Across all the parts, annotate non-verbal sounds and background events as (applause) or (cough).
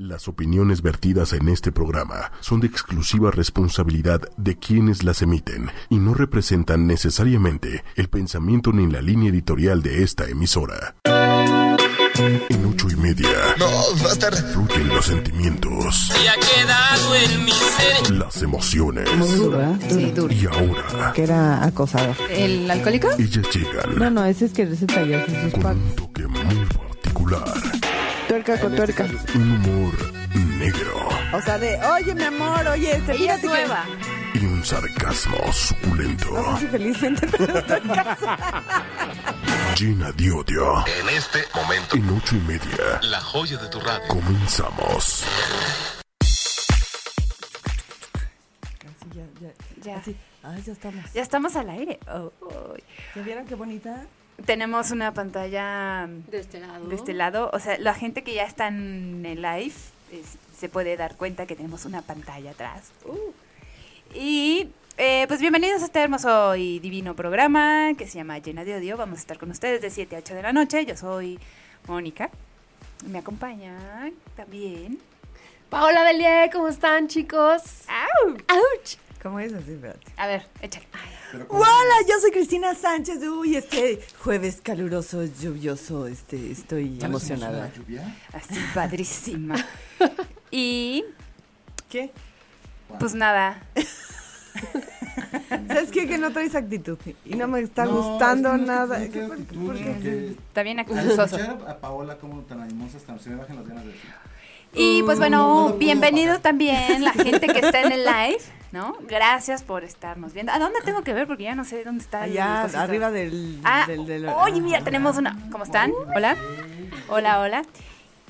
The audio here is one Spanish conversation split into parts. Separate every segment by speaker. Speaker 1: Las opiniones vertidas en este programa son de exclusiva responsabilidad de quienes las emiten y no representan necesariamente el pensamiento ni la línea editorial de esta emisora. En ocho y media
Speaker 2: No, va a estar.
Speaker 1: fluyen los sentimientos,
Speaker 3: Se ha quedado en mi ser.
Speaker 1: las emociones
Speaker 4: Muy duro, ¿verdad?
Speaker 5: Sí, duro.
Speaker 1: y ahora
Speaker 4: Que era acosador.
Speaker 5: ¿El alcohólico?
Speaker 1: ellas
Speaker 4: No,
Speaker 1: llegan
Speaker 4: no, ese es que se talló sus
Speaker 1: con
Speaker 4: packs.
Speaker 1: un toque muy particular,
Speaker 4: Tuerca con tuerca.
Speaker 1: un humor negro
Speaker 4: O sea, de, oye, mi amor, oye, este
Speaker 5: Ella es
Speaker 4: fíjate que- (laughs)
Speaker 5: nueva.
Speaker 1: y un sarcasmo suculento.
Speaker 4: No sé si felizmente, pero estoy casada.
Speaker 1: Gina Diodio.
Speaker 2: En este momento,
Speaker 1: En ocho y media
Speaker 2: la joya de tu radio.
Speaker 1: comenzamos.
Speaker 4: Así, ya, ya,
Speaker 5: Ya.
Speaker 4: así. Ay, ya estamos.
Speaker 5: Ya estamos al aire. Oh, oh.
Speaker 4: ¿Ya vieron qué bonita?
Speaker 5: Tenemos una pantalla de
Speaker 6: De este lado.
Speaker 5: este lado. O sea, la gente que ya está en el live es- se puede dar cuenta que tenemos una pantalla atrás. Uh. Y eh, pues bienvenidos a este hermoso y divino programa que se llama Llena de Odio. Vamos a estar con ustedes de 7 a 8 de la noche. Yo soy Mónica. Me acompaña también.
Speaker 6: Paola Belier, ¿cómo están, chicos? ¡Auch!
Speaker 4: ¿Cómo es así? Espérate.
Speaker 5: A ver, échale.
Speaker 4: ¡Hola! Yo soy Cristina Sánchez. Uy, este jueves caluroso, lluvioso, este, estoy emocionada.
Speaker 5: Así, padrísima. y
Speaker 4: ¿Qué?
Speaker 5: pues nada,
Speaker 4: ¿Sabes qué? Que no traes actitud. Y no me está gustando nada. ¿Qué, por- por qué?
Speaker 5: está bien accesoso.
Speaker 7: escuchar a Paola como tan animosa hasta se me bajan las ganas de decir.
Speaker 5: Y pues bueno,
Speaker 7: no, no lo puedo
Speaker 5: bienvenido
Speaker 7: pagar.
Speaker 5: también la gente que está en el live, ¿no? Gracias por estarnos viendo. ¿A dónde tengo que ver? Porque ya no sé dónde está. el
Speaker 4: Allá,
Speaker 5: cosito.
Speaker 4: arriba del...
Speaker 5: Ah,
Speaker 4: del, del-
Speaker 5: oye, mira, tenemos una. ¿Cómo están? Hola. Hola, hola.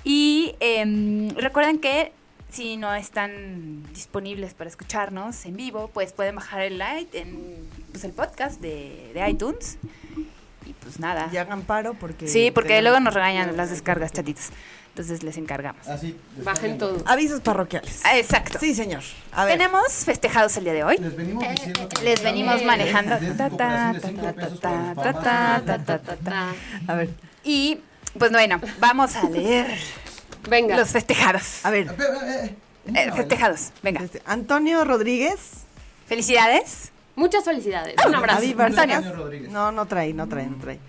Speaker 5: Y em, recuerden que si no están disponibles para escucharnos en vivo, pues pueden bajar el live en pues, el podcast de, de iTunes. Y pues nada.
Speaker 4: Y hagan paro porque...
Speaker 5: Sí, porque
Speaker 4: tenemos-
Speaker 5: luego nos regañan las descargas, chatitos. Entonces les encargamos.
Speaker 7: Así.
Speaker 6: Bajen
Speaker 7: descarguen.
Speaker 6: todo.
Speaker 4: Avisos parroquiales.
Speaker 5: Ah, Exacto.
Speaker 4: Sí, señor. A ver.
Speaker 5: Tenemos festejados el día de hoy.
Speaker 7: Les venimos diciendo. que-
Speaker 5: Les venimos
Speaker 6: Eh.
Speaker 5: manejando.
Speaker 7: Desde
Speaker 5: Ta, ta,
Speaker 7: cooperación de
Speaker 5: ta,
Speaker 7: cinco
Speaker 5: ta,
Speaker 7: pesos
Speaker 5: ta,
Speaker 7: para los
Speaker 5: ta, ta,
Speaker 7: papás.
Speaker 5: ta, ta, ta, ta.
Speaker 6: Ah,
Speaker 4: A ver.
Speaker 5: Y pues bueno, vamos a leer
Speaker 6: Venga.
Speaker 5: los festejados.
Speaker 4: A ver.
Speaker 7: Pero, eh, eh,
Speaker 5: Eh, festejados, venga.
Speaker 4: este, Antonio Rodríguez.
Speaker 5: Felicidades.
Speaker 6: Muchas felicidades. Un abrazo.
Speaker 4: Avi
Speaker 7: Cumpleaños,
Speaker 4: Vargas.
Speaker 7: Antonio Rodríguez.
Speaker 4: No, no trae, no trae, no trae.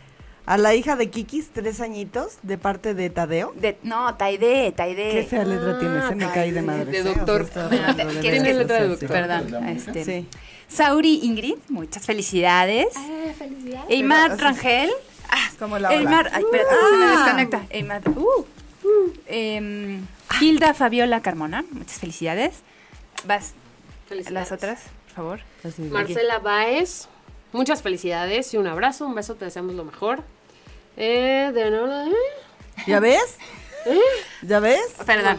Speaker 4: A la hija de Kikis, tres añitos, de parte de Tadeo.
Speaker 5: De, no, Taide,
Speaker 4: Qué
Speaker 5: Taide.
Speaker 4: fea letra tienes, se me caí de madre.
Speaker 6: de
Speaker 4: Sí, o sea,
Speaker 6: doctor.
Speaker 4: está
Speaker 5: Bueno,
Speaker 4: hablando
Speaker 5: te-
Speaker 4: de
Speaker 5: ¿quieres
Speaker 6: Tiene
Speaker 4: verdad,
Speaker 6: letra de
Speaker 4: sí,
Speaker 6: doctor.
Speaker 5: Perdón.
Speaker 7: La música.
Speaker 5: este,
Speaker 4: Sí.
Speaker 5: Sauri Ingrid, muchas felicidades.
Speaker 6: Eh, felicidades.
Speaker 5: Eymar
Speaker 4: así-
Speaker 5: Rangel. Ah,
Speaker 4: Como la ola.
Speaker 5: Eymar, ay, espérate, se me
Speaker 4: Ah.
Speaker 5: desconecta. Eymar, uh, uh. Em, Hilda Fabiola Carmona, muchas felicidades. Vas,
Speaker 6: Felicidades.
Speaker 5: las otras, por favor.
Speaker 4: Así de-
Speaker 6: Marcela Baez, muchas felicidades y un abrazo, un beso, te deseamos lo mejor. Eh, de no, eh.
Speaker 4: ¿Ya ves? ¿Ya ves?
Speaker 5: Perdón.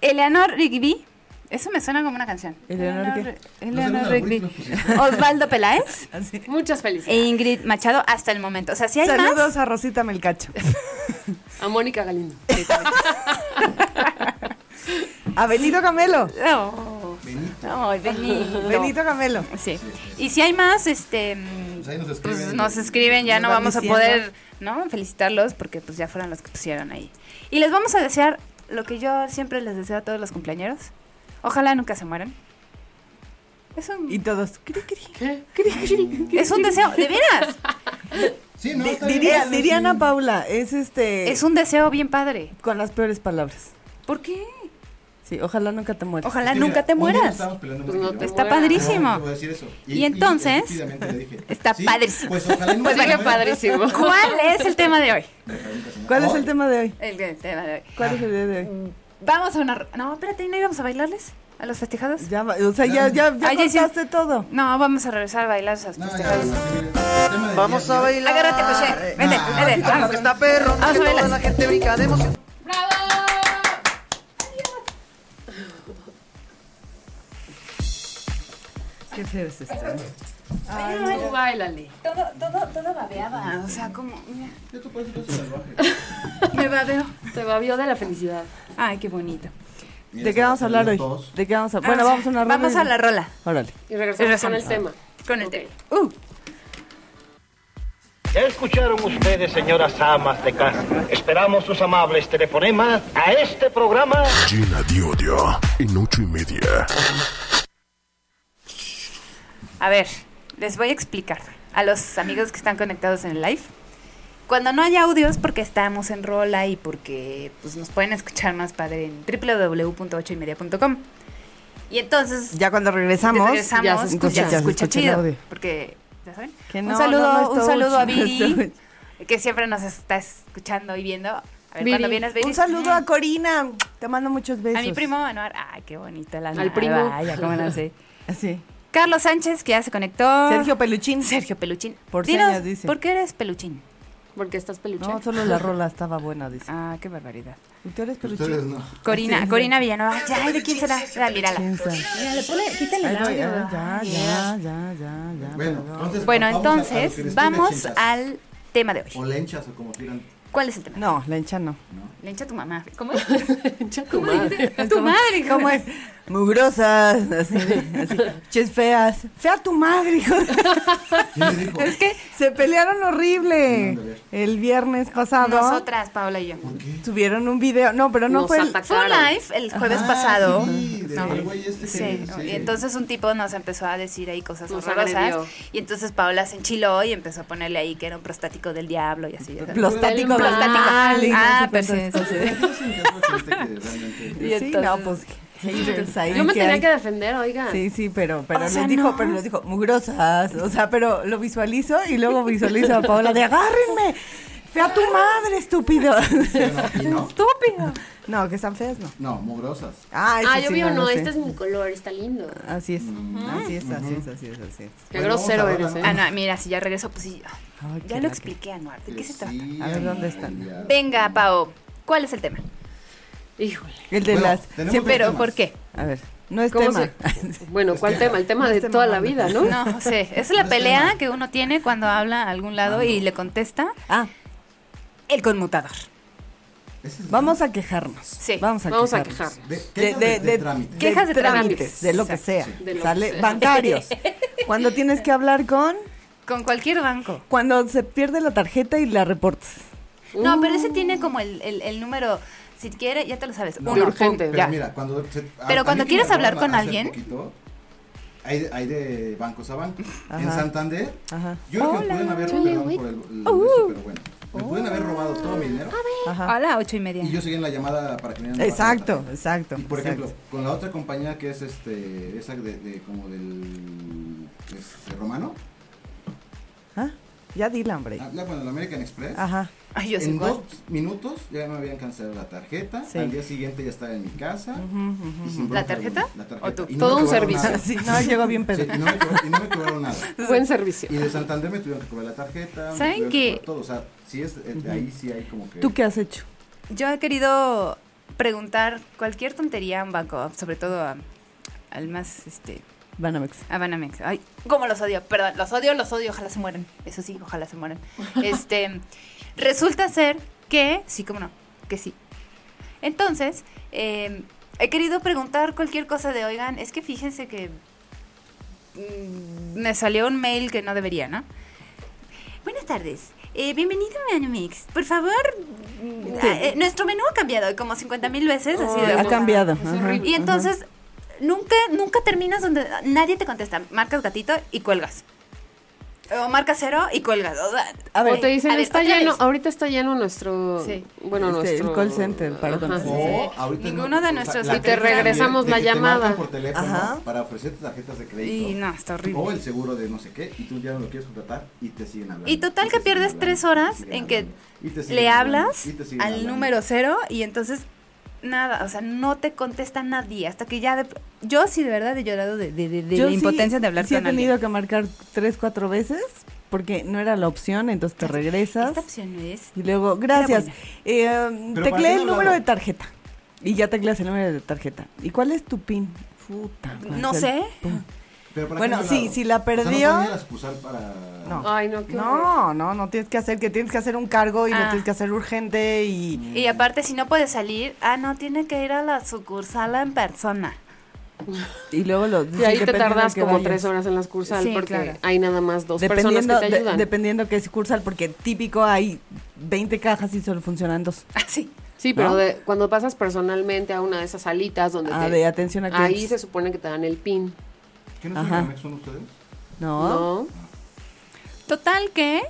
Speaker 5: Eleanor Rigby. Eso me suena como una canción.
Speaker 4: Eleanor, ¿qué?
Speaker 5: Re- Eleanor
Speaker 7: No sé,
Speaker 5: Rigby.
Speaker 7: los
Speaker 5: (laughs)
Speaker 7: abuelos,
Speaker 5: Osvaldo Peláez
Speaker 4: (laughs) Así.
Speaker 6: Muchas
Speaker 5: e
Speaker 6: felicidades.
Speaker 5: Ingrid Machado hasta el momento. O sea, si hay
Speaker 4: Saludos
Speaker 5: más.
Speaker 4: a Rosita Melcacho.
Speaker 6: A Mónica Galindo. (laughs)
Speaker 4: A Benito Camelo.
Speaker 5: Oh, Ay,
Speaker 4: (laughs)
Speaker 5: Benito.
Speaker 4: Benito Camelo.
Speaker 5: Sí. Y si hay más, este. mm,
Speaker 7: Pues ahí nos escriben.
Speaker 5: Pues nos escriben, ya
Speaker 4: Nos
Speaker 5: no
Speaker 4: van
Speaker 5: vamos a
Speaker 4: diciendo.
Speaker 5: poder, ¿no? Felicitarlos porque pues ya fueron los que pusieron ahí. Y les vamos a desear lo que yo siempre les deseo a todos los cumpleañeros. Ojalá nunca se mueran. Es un,
Speaker 4: Y todos. cri, cri.
Speaker 5: es un deseo, de (laughs) veras.
Speaker 7: Sí, no,
Speaker 4: Di-
Speaker 7: está bien.
Speaker 4: diría,
Speaker 7: Sí, sí.
Speaker 4: diría Ana Paula, es este.
Speaker 5: Es un deseo bien padre.
Speaker 4: Con las peores palabras.
Speaker 5: ¿Por qué?
Speaker 4: Sí, ojalá nunca te mueras.
Speaker 5: Ojalá
Speaker 7: Sí,
Speaker 5: nunca
Speaker 7: mira,
Speaker 5: te
Speaker 7: un día nos
Speaker 5: mueras.
Speaker 7: estábamos peleando
Speaker 6: Pues
Speaker 7: más
Speaker 6: no
Speaker 7: que
Speaker 6: te
Speaker 7: yo.
Speaker 5: Está
Speaker 6: mueras.
Speaker 5: padrísimo.
Speaker 7: No, te voy a decir eso.
Speaker 5: Y entonces,
Speaker 7: estúpidamente le dije,
Speaker 5: está
Speaker 7: sí,
Speaker 5: padrísimo.
Speaker 7: Pues ojalá y nunca
Speaker 6: Pues
Speaker 7: se
Speaker 6: venga,
Speaker 7: muera.
Speaker 6: padrísimo.
Speaker 5: ¿Cuál es el tema de hoy?
Speaker 4: ¿Cuál es el tema de hoy?
Speaker 5: El, el tema de hoy.
Speaker 4: ¿Cuál es el día de hoy?
Speaker 5: Vamos a una... No, espérate, ¿no íbamos a bailarles? ¿A los festejados?
Speaker 4: Ya, va- o sea, ya, ya, ya
Speaker 5: Ay, ya sí.
Speaker 4: contaste todo.
Speaker 5: No, vamos a regresar a bailar a los
Speaker 7: No, ya,
Speaker 5: festejados.
Speaker 7: el tema de
Speaker 8: Vamos
Speaker 7: día
Speaker 8: a
Speaker 7: de hoy.
Speaker 8: bailar.
Speaker 5: Agárrate, José. Vente,
Speaker 7: Ah,
Speaker 5: vente.
Speaker 8: Agitando
Speaker 5: Vamos.
Speaker 8: que está perro,
Speaker 5: Vamos a
Speaker 8: que
Speaker 5: bailar.
Speaker 8: toda la gente brinca de emoción.
Speaker 4: ¿Qué feo es esto?
Speaker 6: Tú Báilale.
Speaker 5: Todo, todo, todo babeaba. Ah, O sea, como. mira,
Speaker 7: Yo te puedo decir que soy
Speaker 5: (laughs)
Speaker 7: salvaje.
Speaker 5: Me babeo.
Speaker 6: Te babió de la felicidad.
Speaker 5: Ay, qué bonito.
Speaker 4: ¿De qué vamos a hablar hoy?
Speaker 7: Dos.
Speaker 4: ¿De qué vamos a Bueno,
Speaker 5: Ah,
Speaker 4: vamos a una ronda.
Speaker 5: Vamos a la rola.
Speaker 4: Órale.
Speaker 6: Y regresamos con
Speaker 5: Regresamos.
Speaker 6: el tema.
Speaker 5: Con el
Speaker 6: Ok.
Speaker 5: tema. Uh,
Speaker 8: Ya escucharon ustedes, señoras amas de casa. Esperamos sus amables telefonemas a este programa.
Speaker 1: Llena de odio. En ocho y media.
Speaker 5: A ver, les voy a explicar a los amigos que están conectados en el live. Cuando no hay audios, porque estamos en rola y porque pues, nos pueden escuchar más padre en www.ochoymedia.com. Y entonces
Speaker 4: Ya cuando
Speaker 5: que
Speaker 4: regresamos.
Speaker 5: regresamos,
Speaker 6: ya se
Speaker 5: pues,
Speaker 6: escucha.
Speaker 5: ya se
Speaker 4: Ya se
Speaker 5: escucha
Speaker 4: escucha el
Speaker 5: chido.
Speaker 4: audio.
Speaker 5: Porque, ¿ya saben?
Speaker 4: Que
Speaker 5: un
Speaker 4: no,
Speaker 5: saludo,
Speaker 4: no, no,
Speaker 5: un
Speaker 4: está
Speaker 5: saludo a
Speaker 4: mucho, no está
Speaker 5: Viri,
Speaker 4: mucho.
Speaker 5: que siempre nos está escuchando y viendo. A ver,
Speaker 6: Viri.
Speaker 5: cuando vienes, Viri.
Speaker 4: Un saludo a Corina. Te mando muchos besos.
Speaker 5: A mi primo Anuar. Ay, qué bonito la
Speaker 6: Al primo.
Speaker 5: Ay, cómo la sé.
Speaker 4: Así.
Speaker 5: Carlos Sánchez, que ya se conectó.
Speaker 4: Sergio Peluchín.
Speaker 5: Sergio Peluchín.
Speaker 4: Por
Speaker 5: Dinos,
Speaker 4: señas, dice.
Speaker 5: ¿Por qué eres peluchín?
Speaker 6: Porque estás peluche. (laughs)
Speaker 4: No, solo la rola estaba buena, dice.
Speaker 5: Ah, qué barbaridad.
Speaker 4: ¿Y tú eres Peluchín?
Speaker 7: Ustedes no.
Speaker 5: Corina,
Speaker 4: Este,
Speaker 5: Corina Villanueva. Ya, ¿y ¿de quién será? Ah, mírala.
Speaker 4: ¿Quién sabe?
Speaker 5: Mira, le pone, quítale
Speaker 4: Ay, voy, ay, ya, ya, ya, ya, ya.
Speaker 7: Bueno, entonces,
Speaker 5: Bueno,
Speaker 7: vamos a- a lo que
Speaker 5: entonces
Speaker 7: les
Speaker 5: vamos
Speaker 7: tiene chintas.
Speaker 5: al tema de
Speaker 7: O
Speaker 5: hoy.
Speaker 7: lenchas o como quieran.
Speaker 5: ¿Cuál es el tema?
Speaker 4: No, la hincha no.
Speaker 5: Le hincha tu mamá. ¿Cómo es?
Speaker 6: (laughs)
Speaker 5: tu madre.
Speaker 4: ¿Cómo es? Mugrosas, así, así. Ches feas. Fea tu madre, hijo.
Speaker 7: ¿Quién le dijo?
Speaker 5: Es que
Speaker 4: Se pelearon horrible
Speaker 7: Ándale.
Speaker 4: el viernes pasado.
Speaker 5: nosotras, Paola y yo.
Speaker 7: ¿Por qué?
Speaker 4: Subieron un video. No, pero no
Speaker 6: Nos
Speaker 4: fue el-
Speaker 6: atacaron.
Speaker 5: Fue un live el jueves
Speaker 7: Ah,
Speaker 5: pasado.
Speaker 7: sí, de-
Speaker 5: No.
Speaker 7: el güey este que-
Speaker 5: Sí,
Speaker 7: sí.
Speaker 5: y entonces un tipo nos empezó a decir ahí cosas
Speaker 6: Nos
Speaker 5: horrorosas.
Speaker 6: agredió.
Speaker 5: Y entonces Paola se enchiló y empezó a ponerle ahí que era un prostático del diablo y así. ya sabes.
Speaker 4: prostático.
Speaker 6: Del
Speaker 4: del
Speaker 6: mal.
Speaker 4: mal y no pues,
Speaker 5: Ah,
Speaker 4: sé cuántas
Speaker 5: pero sí,
Speaker 4: cosas.
Speaker 7: Yo sí encuentro gente que realmente-
Speaker 5: (laughs) Y
Speaker 4: Sí,
Speaker 5: entonces-
Speaker 4: no, pues haters ahí
Speaker 6: Yo me tenía
Speaker 4: hay.
Speaker 6: que defender, oiga.
Speaker 4: Sí, sí, pero, pero
Speaker 5: O
Speaker 4: nos
Speaker 5: sea,
Speaker 4: dijo,
Speaker 5: no.
Speaker 4: pero nos dijo, mugrosas. O sea, pero lo visualizo y luego visualizo a Paola de agárrenme. Fea tu madre, estúpido.
Speaker 7: ¿Y no?
Speaker 4: (laughs) Estúpido. No, que están feas, no.
Speaker 7: No, mugrosas.
Speaker 4: Ah,
Speaker 6: Ah,
Speaker 4: eso
Speaker 6: yo
Speaker 4: sí,
Speaker 6: vi uno,
Speaker 4: lo sé. Ah,
Speaker 6: este es mi color, está lindo.
Speaker 4: Así es. Así es, así es, así es, así es.
Speaker 6: Qué
Speaker 7: Bueno, vamos
Speaker 6: grosero
Speaker 7: a
Speaker 6: eres,
Speaker 7: hablar,
Speaker 6: ¿eh?
Speaker 5: Ah, no, mira, si ya regreso, pues sí.
Speaker 4: Ay,
Speaker 5: Ya
Speaker 4: qué
Speaker 5: lo
Speaker 4: la que-
Speaker 5: expliqué, Anuar. ¿De qué se trata?
Speaker 4: A ver, ¿dónde están?
Speaker 5: Venga, Pao, ¿cuál es el tema?
Speaker 6: Híjole.
Speaker 4: El de
Speaker 7: Bueno,
Speaker 4: las.
Speaker 7: tenemos
Speaker 4: siempre-
Speaker 7: dos
Speaker 5: Pero,
Speaker 7: temas.
Speaker 5: ¿por qué?
Speaker 4: A ver, no es
Speaker 6: ¿Cómo
Speaker 4: tema.
Speaker 6: Bueno, ¿cuál tema? El tema de
Speaker 4: Este
Speaker 6: toda la
Speaker 4: mamón.
Speaker 6: vida, ¿no?
Speaker 5: No sé, es la
Speaker 7: No sé,
Speaker 5: pelea
Speaker 7: no.
Speaker 5: que uno tiene cuando habla a algún lado y le contesta
Speaker 4: (laughs) Ah,
Speaker 5: el conmutador.
Speaker 4: vamos a quejarnos.
Speaker 5: Sí.
Speaker 4: Vamos a
Speaker 6: Vamos a
Speaker 4: quejarnos.
Speaker 6: quejarnos.
Speaker 7: De,
Speaker 4: De,
Speaker 7: quejas
Speaker 4: de-
Speaker 7: de
Speaker 4: de-
Speaker 7: trámite.
Speaker 5: Quejas de trámites.
Speaker 4: de lo que
Speaker 5: Exacto.
Speaker 4: sea.
Speaker 6: De lo que
Speaker 4: Sale (laughs)
Speaker 6: sea.
Speaker 4: bancarios. Cuando tienes que hablar con
Speaker 5: Con cualquier banco.
Speaker 4: cuando se pierde la tarjeta y la reportas.
Speaker 5: No, pero ese tiene como el, el- el número, si quiere, ya te lo sabes.
Speaker 7: Uh. No,
Speaker 5: uno.
Speaker 6: urgente.
Speaker 7: Pero
Speaker 5: Ya.
Speaker 7: mira, cuando se- a-
Speaker 5: Pero
Speaker 7: a
Speaker 5: cuando
Speaker 7: mí que
Speaker 5: quieres
Speaker 7: me
Speaker 5: hablar
Speaker 7: robaron
Speaker 5: con
Speaker 7: hace
Speaker 5: alguien-
Speaker 7: poquito, hay, de- hay de bancos a bancos. En
Speaker 4: Ajá.
Speaker 7: Santander,
Speaker 4: Ajá.
Speaker 7: yo creo que me pueden haber perdón por el, el-
Speaker 5: Uh-huh.
Speaker 7: eso, pero bueno. Me pueden haber robado todo
Speaker 5: Oh.
Speaker 7: mi dinero
Speaker 4: Ajá.
Speaker 5: Hola, ocho y media.
Speaker 7: y yo seguí en la llamada para que me dieran la
Speaker 4: Exacto,
Speaker 7: tarjeta.
Speaker 4: exacto.
Speaker 7: Y por
Speaker 4: exacto.
Speaker 7: ejemplo, con la otra compañía que es este, esa de, de como del este, romano,
Speaker 4: ¿Ah? Ya di hambre.
Speaker 7: ah, la, bueno, la American Express,
Speaker 4: Ajá.
Speaker 5: Ay, yo sé
Speaker 7: en
Speaker 5: cuál.
Speaker 7: dos minutos ya me habían cancelado la tarjeta,
Speaker 4: Sí.
Speaker 7: al día siguiente ya estaba en mi casa. y sin
Speaker 5: ¿La
Speaker 7: bronca
Speaker 5: tarjeta?
Speaker 7: alguna, La tarjeta.
Speaker 5: ¿O tú?
Speaker 7: Y no
Speaker 6: Todo
Speaker 7: me
Speaker 6: un
Speaker 7: cobraron
Speaker 6: servicio.
Speaker 7: nada.
Speaker 4: (laughs) Sí, no, llegó bien
Speaker 7: Ah. Sí,
Speaker 4: pedo.
Speaker 7: y, no me cobraron, y no me cobraron nada.
Speaker 6: Buen servicio.
Speaker 7: Y de Santander me tuvieron que cobrar la tarjeta. me
Speaker 5: ¿Saben
Speaker 7: tuvieron que
Speaker 5: qué?
Speaker 7: cobrar Todo. O sea, sí es, eh, ahí sí hay como que.
Speaker 4: ¿Tú qué has hecho?
Speaker 5: Yo he querido preguntar cualquier tontería a un banco, sobre todo a- al más, este,
Speaker 4: Banamex.
Speaker 5: a Banamex. Ay, cómo los odio, perdón, los odio, los odio, ojalá se mueran. Eso sí, ojalá
Speaker 4: (laughs)
Speaker 5: se mueran. Este, resulta ser que, sí, cómo no, que sí. Entonces, eh, he querido preguntar cualquier cosa de, oigan, es que fíjense que mm, me salió un mail que no debería, ¿no? Buenas tardes. Eh, bienvenido a Banamex. Por favor, mm, ah, eh, nuestro menú ha cambiado como 50 mil veces. así de,
Speaker 4: ha
Speaker 5: "Wow".
Speaker 4: cambiado.
Speaker 6: Es
Speaker 4: ajá,
Speaker 6: horrible.
Speaker 5: Y
Speaker 4: ajá.
Speaker 5: entonces nunca, nunca terminas donde nadie te contesta. Marcas gatito y cuelgas. O marcas cero y cuelgas. O sea,
Speaker 4: A ver,
Speaker 6: o te dicen,
Speaker 5: a ver,
Speaker 6: está
Speaker 5: otra
Speaker 6: lleno,
Speaker 5: vez.
Speaker 6: ahorita está lleno nuestro,
Speaker 5: Sí.
Speaker 6: bueno,
Speaker 4: Este, el
Speaker 6: nuestro...
Speaker 4: call center para
Speaker 6: Ajá.
Speaker 4: contestar.
Speaker 7: O ahorita
Speaker 5: Ninguno
Speaker 7: no-
Speaker 5: de
Speaker 7: o sea,
Speaker 5: nuestros-
Speaker 7: la
Speaker 5: Y te
Speaker 7: gente
Speaker 6: regresamos
Speaker 7: también
Speaker 6: la
Speaker 7: de que te marcan
Speaker 6: llamada.
Speaker 7: por teléfono
Speaker 4: Ajá.
Speaker 7: para ofrecerte tarjetas de crédito.
Speaker 5: Y no, está horrible.
Speaker 7: O el seguro de no sé qué, y tú ya no lo quieres contratar y te siguen hablando.
Speaker 5: Y total
Speaker 7: te
Speaker 5: que
Speaker 7: siguen
Speaker 5: pierdes
Speaker 7: hablando,
Speaker 5: tres
Speaker 7: y te
Speaker 5: horas
Speaker 7: siguen
Speaker 5: en que
Speaker 7: hablando, y te siguen
Speaker 5: le
Speaker 7: hablando,
Speaker 5: hablas
Speaker 7: y te siguen
Speaker 5: al
Speaker 7: hablando.
Speaker 5: número cero y entonces nada, o sea, no te contesta nadie. Hasta que ya. de- yo sí, de verdad, he llorado de, de- de- de
Speaker 4: Yo
Speaker 5: la
Speaker 4: sí-
Speaker 5: impotencia de hablar
Speaker 4: sí he
Speaker 5: con
Speaker 4: tenido
Speaker 5: alguien.
Speaker 4: que marcar tres, cuatro veces porque no era la opción, entonces te regresas.
Speaker 5: Esta opción es.
Speaker 4: Y luego, gracias.
Speaker 5: buena.
Speaker 4: Eh,
Speaker 7: Pero ¿para qué
Speaker 4: tecleé el
Speaker 7: no
Speaker 4: número de
Speaker 7: hablaron?
Speaker 4: tarjeta. Y ya tecleas el número de tarjeta. ¿Y cuál es tu pin? Puta. ¿cuál
Speaker 5: No
Speaker 4: es el
Speaker 5: sé.
Speaker 4: pin?
Speaker 7: Pero ¿para
Speaker 4: Bueno,
Speaker 7: qué me
Speaker 4: sí,
Speaker 7: hablaron?
Speaker 4: si la
Speaker 7: O sea, no
Speaker 4: perdió-
Speaker 7: pueden ir a excusar para.
Speaker 4: No.
Speaker 6: Ay, no, qué horror.
Speaker 4: No, no, no tienes que hacer, que tienes que hacer un cargo y lo
Speaker 5: Ah.
Speaker 4: tienes que hacer urgente y...
Speaker 5: Y aparte, si no puede salir, ah, no, tiene que ir a la sucursal en persona. (laughs)
Speaker 4: Y luego lo.
Speaker 6: Y ahí te
Speaker 4: depende de
Speaker 6: tardas
Speaker 4: que
Speaker 6: como
Speaker 4: vayas.
Speaker 6: tres horas en las cursal
Speaker 5: Sí,
Speaker 6: porque
Speaker 5: claro.
Speaker 6: hay nada más dos personas
Speaker 4: Dependiendo,
Speaker 6: que te
Speaker 4: de-
Speaker 6: ayudan.
Speaker 4: dependiendo que es cursal, porque típico hay 20 cajas y solo funcionan dos.
Speaker 5: sí.
Speaker 6: sí, pero
Speaker 4: ¿no?
Speaker 6: de- cuando pasas personalmente a una de esas salitas donde
Speaker 4: Ah,
Speaker 6: te-
Speaker 4: de atención a clientes.
Speaker 6: ahí se supone que te dan el pin,
Speaker 7: ¿Qué no
Speaker 4: Ajá.
Speaker 7: son son ustedes?
Speaker 4: No.
Speaker 6: ¿no?
Speaker 5: Total que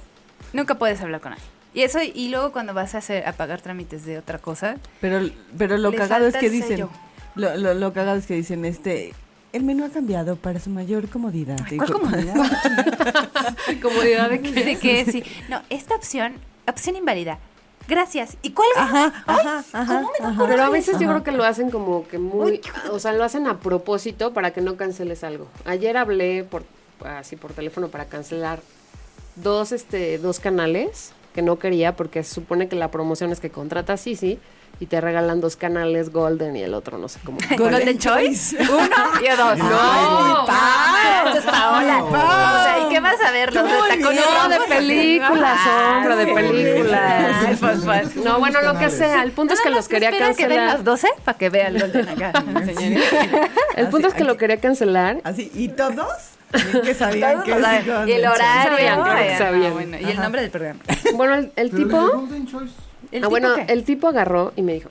Speaker 5: nunca puedes hablar con nadie. Y eso, y luego cuando vas a hacer a pagar trámites de otra cosa,
Speaker 4: Pero, pero lo
Speaker 5: Le
Speaker 4: cagado es
Speaker 5: falta
Speaker 4: que
Speaker 5: el
Speaker 4: dicen.
Speaker 5: sello.
Speaker 4: Lo, lo, lo cagado es que dicen, este. El menú ha cambiado para su mayor comodidad.
Speaker 5: Ay, ¿cuál
Speaker 4: Y co-
Speaker 5: comodidad?
Speaker 6: (laughs) Comodidad de que
Speaker 5: de que sí. No, esta opción, opción inválida. Gracias. ¿Y cuál?
Speaker 4: Ajá, ajá, ajá. ajá.
Speaker 6: (laughs) Pero a veces yo creo que lo hacen como que muy, o sea, lo hacen a propósito para que no canceles algo. Ayer hablé por así por teléfono para cancelar dos este dos canales que no quería porque se supone que la promoción es que contratas Sisi y te regalan dos canales Golden y el otro no sé cómo.
Speaker 5: (laughs) Golden Choice. (laughs) Uno y dos.
Speaker 6: No,
Speaker 5: Esto es Paola. O sea, ¿y qué vas a ver? Los de tacones
Speaker 6: No, de
Speaker 5: rojos?
Speaker 6: películas,
Speaker 5: Ah,
Speaker 6: hombre, de
Speaker 5: sí.
Speaker 6: películas.
Speaker 5: Ay, pues, pues.
Speaker 6: No, bueno, lo que sea. El punto es que
Speaker 5: Nada
Speaker 6: los
Speaker 5: más
Speaker 6: quería
Speaker 5: espera que ven
Speaker 6: cancelar.
Speaker 5: los 12 para que vea el Golden acá.
Speaker 6: (laughs)
Speaker 4: (laughs) Ah,
Speaker 6: El punto es que lo quería cancelar
Speaker 4: Así, ¿y todos? Bien que sabían
Speaker 5: Todos
Speaker 4: que
Speaker 5: lo
Speaker 4: es
Speaker 5: saben.
Speaker 4: Golden
Speaker 5: Y el
Speaker 4: Choice.
Speaker 5: horario.
Speaker 6: Sabían, claro que
Speaker 5: eh,
Speaker 6: sabían.
Speaker 5: no, bueno, y el nombre del programa.
Speaker 6: Bueno, el, el
Speaker 7: Pero
Speaker 6: tipo.
Speaker 7: el Golden Choice.
Speaker 5: Ah, ¿El
Speaker 6: ah,
Speaker 5: tipo
Speaker 6: bueno,
Speaker 5: qué?
Speaker 6: el tipo agarró y me dijo: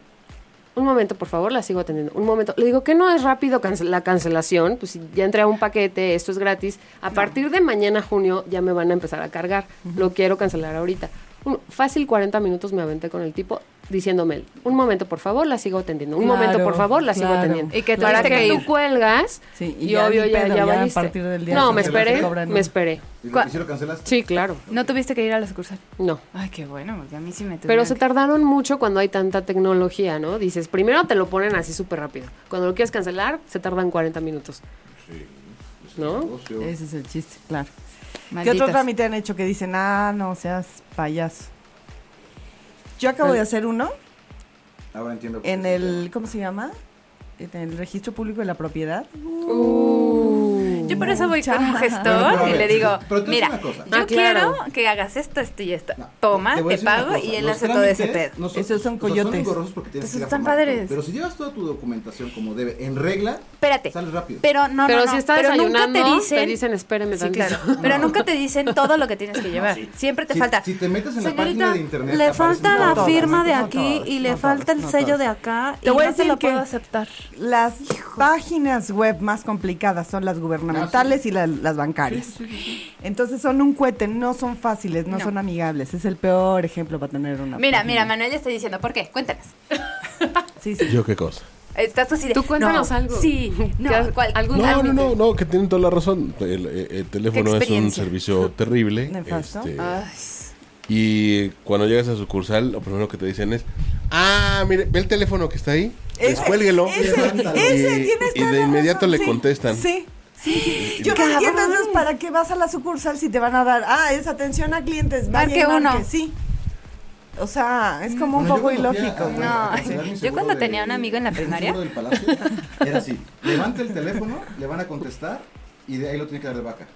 Speaker 6: Un momento, por favor, la sigo atendiendo. Un momento. Le digo que no es rápido cance- la cancelación. Pues si ya entré a un paquete, esto es gratis. A partir de mañana, junio, ya me van a empezar a cargar. Lo quiero cancelar ahorita. Un- fácil 40 minutos me aventé con el tipo diciéndome: Un momento, por favor, la sigo atendiendo. Un
Speaker 4: Claro,
Speaker 6: momento, por favor, la sigo
Speaker 4: claro.
Speaker 6: atendiendo.
Speaker 5: Y que
Speaker 6: Para
Speaker 5: tuviste que
Speaker 6: que tú
Speaker 5: ir.
Speaker 6: cuelgas.
Speaker 4: Sí, y
Speaker 6: y,
Speaker 4: ya
Speaker 6: obvio,
Speaker 4: ni
Speaker 6: ya,
Speaker 4: pedo,
Speaker 6: ya
Speaker 4: ya a
Speaker 6: valiste.
Speaker 4: partir del día
Speaker 6: no, me
Speaker 7: que te
Speaker 6: esperé.
Speaker 4: cobran.
Speaker 6: Me esperé.
Speaker 7: ¿Y lo
Speaker 5: ¿Cuál?
Speaker 7: que sí lo cancelaste?
Speaker 6: Sí, claro.
Speaker 5: No tuviste que ir a la sucursal.
Speaker 6: No.
Speaker 5: Ay, qué bueno, porque a mí sí me tuvieron
Speaker 6: Pero se
Speaker 5: que-
Speaker 6: tardaron mucho cuando hay tanta tecnología, ¿no? Dices, primero te lo ponen así súper rápido. Cuando lo quieres cancelar, se tardan 40 minutos.
Speaker 7: pues,
Speaker 6: ¿No?
Speaker 7: Negocio.
Speaker 4: Ese es el chiste, claro. ¿Qué
Speaker 5: Malditos.
Speaker 4: otro trámite han hecho que dicen, ah, no seas payaso? Yo acabo de hacer uno
Speaker 7: Ahora entiendo. por qué
Speaker 4: en
Speaker 7: se
Speaker 4: el, ¿cómo se llama? En el registro público de la propiedad.
Speaker 5: Yo por eso voy con un
Speaker 7: Bueno, pero a
Speaker 5: gestor y
Speaker 7: ver,
Speaker 5: le digo,
Speaker 7: pero te voy a
Speaker 5: mira,
Speaker 7: decir una cosa.
Speaker 5: yo
Speaker 6: Ah, claro.
Speaker 5: quiero que hagas esto, esto y esto.
Speaker 7: No,
Speaker 5: Toma,
Speaker 7: voy a
Speaker 5: te
Speaker 7: decir una
Speaker 5: pago
Speaker 7: cosa,
Speaker 5: y él
Speaker 7: los
Speaker 5: hace todo ese
Speaker 7: trámites
Speaker 5: pedo.
Speaker 7: no son-
Speaker 4: Esos son
Speaker 7: o sea,
Speaker 4: coyotes.
Speaker 7: engorrosos porque tienes
Speaker 5: Esos
Speaker 7: que ir a
Speaker 5: están
Speaker 7: formar todo.
Speaker 5: padres.
Speaker 7: Pero si llevas toda tu documentación como debe en regla,
Speaker 5: Espérate.
Speaker 7: sales rápido.
Speaker 5: Pero no,
Speaker 6: Pero
Speaker 5: no,
Speaker 6: si
Speaker 5: no,
Speaker 6: está
Speaker 5: pero nunca
Speaker 6: desayunando,
Speaker 5: te dicen,
Speaker 6: te dicen, "Espéreme
Speaker 5: Sí,
Speaker 6: tantito".
Speaker 5: claro. Pero nunca te dicen todo lo que tienes que llevar.
Speaker 7: sí.
Speaker 5: Siempre te
Speaker 7: Si-
Speaker 5: falta.
Speaker 7: si te metes en la
Speaker 5: Señorita,
Speaker 7: página de internet,
Speaker 5: Le
Speaker 7: aparecen
Speaker 5: falta
Speaker 7: todas,
Speaker 5: la
Speaker 7: no
Speaker 5: firma de
Speaker 7: todas,
Speaker 5: aquí y
Speaker 7: no
Speaker 5: le
Speaker 7: todas,
Speaker 5: falta el
Speaker 7: no
Speaker 5: sello
Speaker 7: todas.
Speaker 5: de acá.
Speaker 4: Te
Speaker 5: y
Speaker 4: voy a
Speaker 5: no te
Speaker 4: decir
Speaker 5: lo puedo
Speaker 4: que-
Speaker 5: aceptar.
Speaker 4: Las páginas web más complicadas son las gubernamentales y la- las bancarias. Entonces son un cohete, no son fáciles, no,
Speaker 5: No.
Speaker 4: son amigables. Es el peor ejemplo para tener una.
Speaker 5: Mira,
Speaker 4: página.
Speaker 5: mira, Manuel ya está diciendo, ¿por qué? Cuéntanos.
Speaker 4: Sí, sí.
Speaker 9: ¿Yo qué cosa?
Speaker 5: Estás así de,
Speaker 6: Tú cuéntanos
Speaker 5: no,
Speaker 6: algo.
Speaker 5: Sí, no,
Speaker 6: ¿Qué-
Speaker 5: ¿cuál-
Speaker 6: algún
Speaker 9: No,
Speaker 6: trámite?
Speaker 9: no, no, no, que tienen toda la razón. El, eh, el teléfono es un
Speaker 5: experiencia.
Speaker 9: servicio terrible.
Speaker 4: Nefasto.
Speaker 9: este,
Speaker 5: Ay,
Speaker 9: y cuando llegas a sucursal, lo primero que te dicen es, ah, mire, ve el teléfono que está ahí,
Speaker 4: Ese-
Speaker 9: descuélguelo.
Speaker 4: Ese, ese, tienes
Speaker 9: y, y
Speaker 4: toda
Speaker 9: de
Speaker 4: la
Speaker 9: inmediato
Speaker 4: razón.
Speaker 9: le
Speaker 4: Sí,
Speaker 9: contestan.
Speaker 4: Sí. sí, sí. Yo no entiendo entonces para qué vas a la sucursal si te van a dar, ah, es atención a clientes, vaya
Speaker 5: Marque
Speaker 4: y marque,
Speaker 5: uno.
Speaker 4: sí. O sea, es como un
Speaker 7: Bueno, yo
Speaker 4: poco
Speaker 7: cuando fui a-
Speaker 4: ilógico.
Speaker 7: a- a
Speaker 5: No,
Speaker 7: cancelar mi
Speaker 5: yo
Speaker 7: seguro
Speaker 5: cuando tenía un amigo en la
Speaker 7: mi
Speaker 5: primaria.
Speaker 7: seguro del
Speaker 5: (laughs)
Speaker 7: palacio, era así: levanta el teléfono, le van a contestar y de ahí lo tiene que dar de vaca.